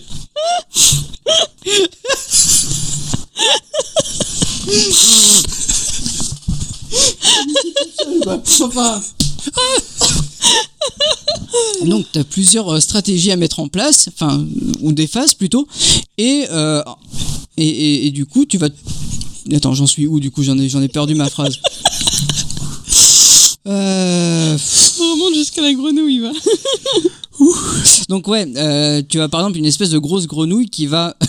donc t'as plusieurs euh, stratégies à mettre en place, enfin ou des phases plutôt. Et euh, et, et- et du coup tu vas. Attends, j'en suis où du coup J'en ai j'en ai perdu ma phrase. Euh,
On remonte jusqu'à la grenouille, va.
Donc ouais, euh, tu as par exemple une espèce de grosse grenouille qui va...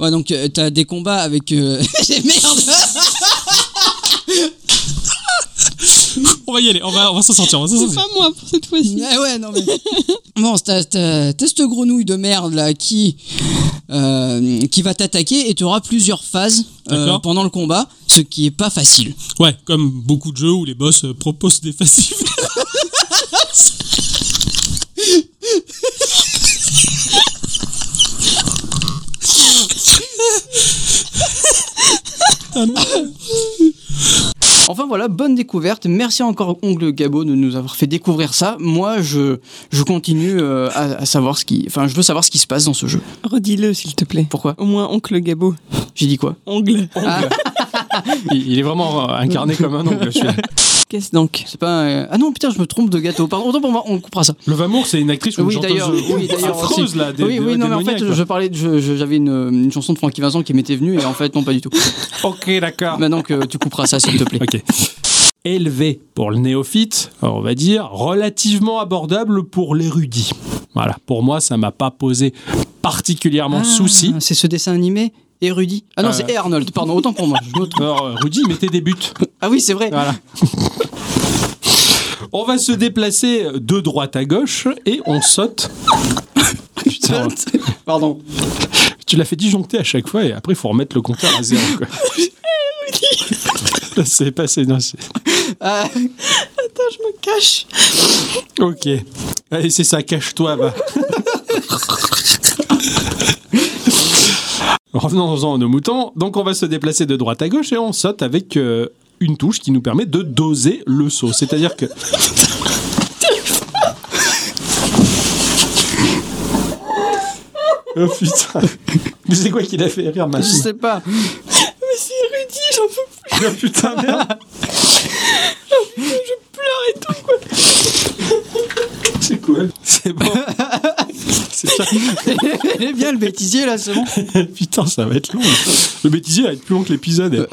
ouais donc euh, t'as des combats avec... euh, Merde
On va y aller, on va, on va s'en sortir, on va s'en
C'est
sortir.
pas moi pour cette fois-ci.
Ah ouais non mais... Bon, t'as, t'as- t'as cette grenouille de merde là qui, euh, qui va t'attaquer et tu auras plusieurs phases euh,
D'accord.
pendant le combat, ce qui est pas facile.
Ouais, comme beaucoup de jeux où les boss euh, proposent des facifs.
Enfin voilà, bonne découverte. Merci encore Ongle Gabo de nous avoir fait découvrir ça. Moi, je, je continue euh, à, à savoir ce qui... Enfin, je veux savoir ce qui se passe dans ce jeu.
Redis-le, s'il te plaît.
Pourquoi
Au moins, oncle Gabo.
J'ai dit quoi
Ongle.
Ah,
Il, il est vraiment euh, incarné comme un oncle, celui-là.
Qu'est-ce donc C'est pas. un- Ah non, putain, je me trompe de gâteau. Pardon, autant pour moi, on coupera ça.
Le Vamour, c'est une actrice ou une
Oui, d'ailleurs,
chanteuse
oui, d'ailleurs.
affreuse,
aussi.
là, des-
oui,
des-
oui, non,
des
mais en fait,
maniaques, là.
je parlais, de- je- je- j'avais une, une chanson de Francky Vincent qui m'était venue et en fait, non, pas du tout.
ok, d'accord.
Maintenant que tu couperas ça, s'il te plaît.
Ok. Élevé pour le néophyte, on va dire relativement abordable pour l'érudit. Voilà, pour moi, ça m'a pas posé
Ah.
particulièrement de souci.
C'est ce dessin animé et Rudy. Ah non,
Euh.
c'est et Arnold, pardon, autant pour moi. je me trompe.
Alors, euh, Rudy mettait des buts.
Ah oui, c'est vrai.
Voilà. On va se déplacer de droite à gauche et on saute. Putain,
pardon.
Tu l'as fait disjoncter à chaque fois et après il faut remettre le compteur à zéro. quoi. Là, c'est passé. Non, c'est-
Ah,
Attends, je me cache.
Ok. Allez, c'est ça, cache-toi, va. Revenons-en à nos moutons. Donc, on va se déplacer de droite à gauche et on saute avec euh, une touche qui nous permet de doser le saut. C'est-à-dire que. Oh putain! Mais c'est quoi qui l'a fait rire, ma
Je sais pas.
Mais c'est Rudy, j'en peux plus.
Oh putain, merde.
Oh, putain, je pleure et tout, quoi.
C'est cool. C'est bon. C'est ça.
Il est bien le bêtisier là, c'est bon.
Putain, ça va être long. Le bêtisier va être plus long que l'épisode.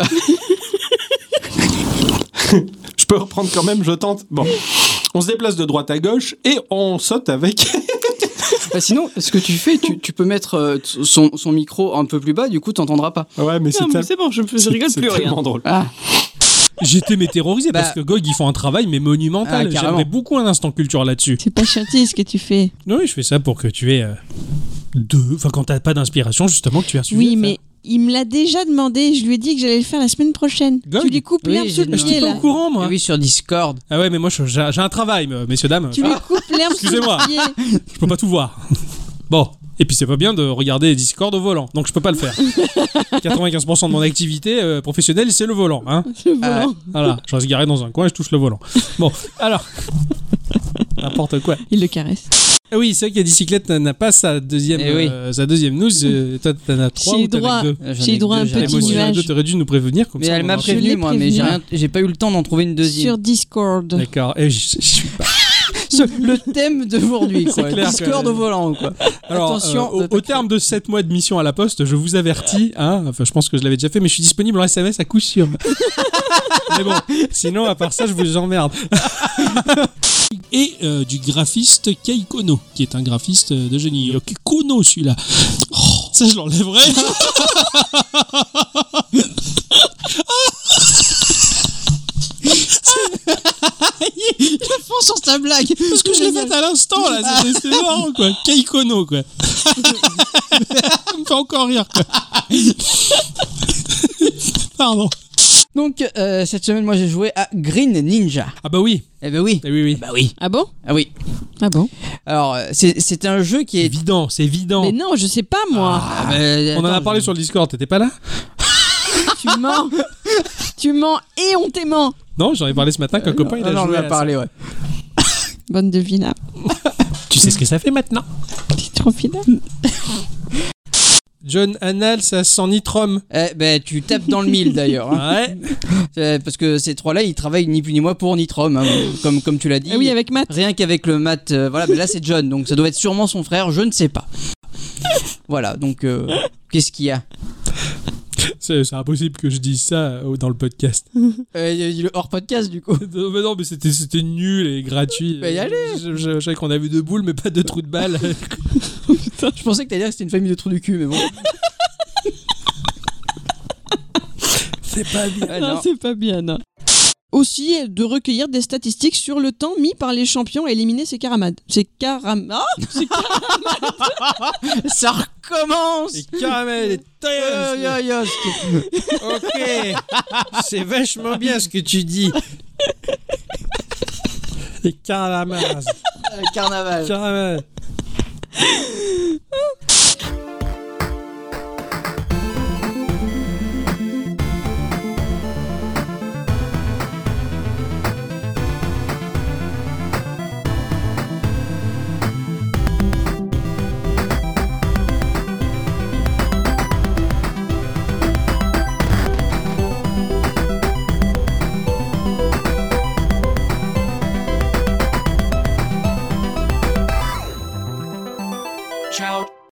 Je peux reprendre quand même, je tente. Bon. On se déplace de droite à gauche et on saute avec.
Bah, sinon, ce que tu fais, tu, tu peux mettre euh, t- son, son micro un peu plus bas, du coup, t'entendras pas.
Ouais, mais
c'est
bon, je,
je rigole plus, rien.
drôle.
Ah.
J'étais mais terrorisé
Bah.
parce que Gog, ils font un travail mais
Ah,
monumental.
carrément.
J'aimerais beaucoup un instant culture là-dessus.
C'est pas gentil ce que tu fais.
Oui, je fais ça pour que tu aies euh, deux. Enfin, quand t'as pas d'inspiration, justement, que tu as suivi.
oui, mais il me l'a déjà demandé. Je lui ai dit que j'allais le faire la semaine prochaine.
Gog
tu lui coupes l'herbe sous le
Je suis
pied,
pas au
là.
courant, moi.
Oui, sur Discord.
Ah ouais, mais moi, je- j'ai j'ai un travail, me- messieurs, dames.
Tu lui coupes l'herbe sous
Excusez-moi.
le pied.
Je peux pas tout voir. Bon. Et puis c'est pas bien de regarder Discord au volant, donc je peux pas le faire. 95% de mon activité euh, professionnelle, c'est le volant. Hein
Le volant.
voilà, je reste garé dans un coin et je touche le volant. Bon, alors. N'importe quoi.
Il le caresse.
Ah oui, c'est vrai qu'il y a Dicyclette n'a- n'a pas sa deuxième,
Eh oui.
euh, sa deuxième news. euh, Toi, t'en as trois
J'ai
ou
eu
t'en
droit-
as que deux Eh,
J'en ai
J'ai
que
droit à un
deux, j'en ai
petit
moi aussi, j'en ai
nuage.
deux, t'aurais dû nous prévenir comme
Mais
ça.
elle
on
m'a
en-
prévenu.
prévenu, moi, mais j'ai
prévenu.
rien, j'ai pas eu le temps d'en trouver une deuxième.
Sur Discord.
D'accord. Et je- je suis pas-
Ce- le thème d'aujourd'hui, quoi.
clair que-
Discord au volant, quoi.
Alors,
Attention,
euh, au-
de
au, terme de 7 mois de mission à la poste, je vous avertis, hein, enfin je pense que je l'avais déjà fait, mais je suis disponible en SMS à coup sûr. mais bon, sinon, à part ça, je vous emmerde. Et euh, du graphiste Kei Kono, qui est un graphiste euh, de génie. Euh, Kono, celui-là. Oh, ça, je l'enlèverai.
fond sur sa blague.
Parce que je l'ai fait à l'instant, là. c'est- C'est c'est marrant, quoi. Kaikono, quoi. Ça me fait encore rire, quoi. Pardon.
Donc, euh, cette semaine, moi, j'ai joué à Green Ninja.
Ah bah oui.
Eh ben oui.
Eh oui, oui.
Bah oui.
Ah bon
Ah oui.
Ah bon
Alors, euh, c'est c'est un jeu qui est.
Évident, c'est évident.
Mais non, je sais pas moi.
Ah, ben,
On en a
attends,
parlé
je-
sur le Discord, t'étais pas là
Tu mens. tu mens et on t'aimant.
Euh, Non, j'en ai parlé ce matin qu'un copain il
Ah
a
non, on
joué
en a
à
parlé, ouais.
Bonne de vina.
ça. Tu sais ce que ça fait maintenant
T'es trop fidèle.
John Annal, ça sent nitrom.
Eh ben, tu tapes dans le mille d'ailleurs. hein.
Ah Ouais.
Euh, Parce que ces trois-là, ils travaillent ni plus ni moins pour Nitrom, hein, comme, comme tu l'as dit.
Ah oui, avec Matt.
Rien qu'avec le mat, euh, voilà, mais là c'est John, donc ça doit être sûrement son frère, je ne sais pas. Voilà, donc euh, qu'est-ce qu'il y a
C'est c'est impossible que je dise ça euh, dans le podcast.
Euh, il y a eu le hors podcast du coup.
Non, mais non, mais c'était c'était nul et gratuit.
Bah, y aller.
Je, je- je savais qu'on a vu deux boules, mais pas de trous de balle.
Je pensais que t'allais dire que c'était une famille de trous du cul, mais bon.
C'est pas bien.
Ah,
non,
non.
Hein, c'est pas bien. non. Aussi euh, de recueillir des statistiques sur le temps mis par les champions à éliminer ces caramades. Ces caram... Ah
ça recommence
Et caramel et
Yo, yo, yo, ce qui-
Ok. C'est vachement bien ce que tu dis. Et caramel.
euh, Carnaval.
Caramel.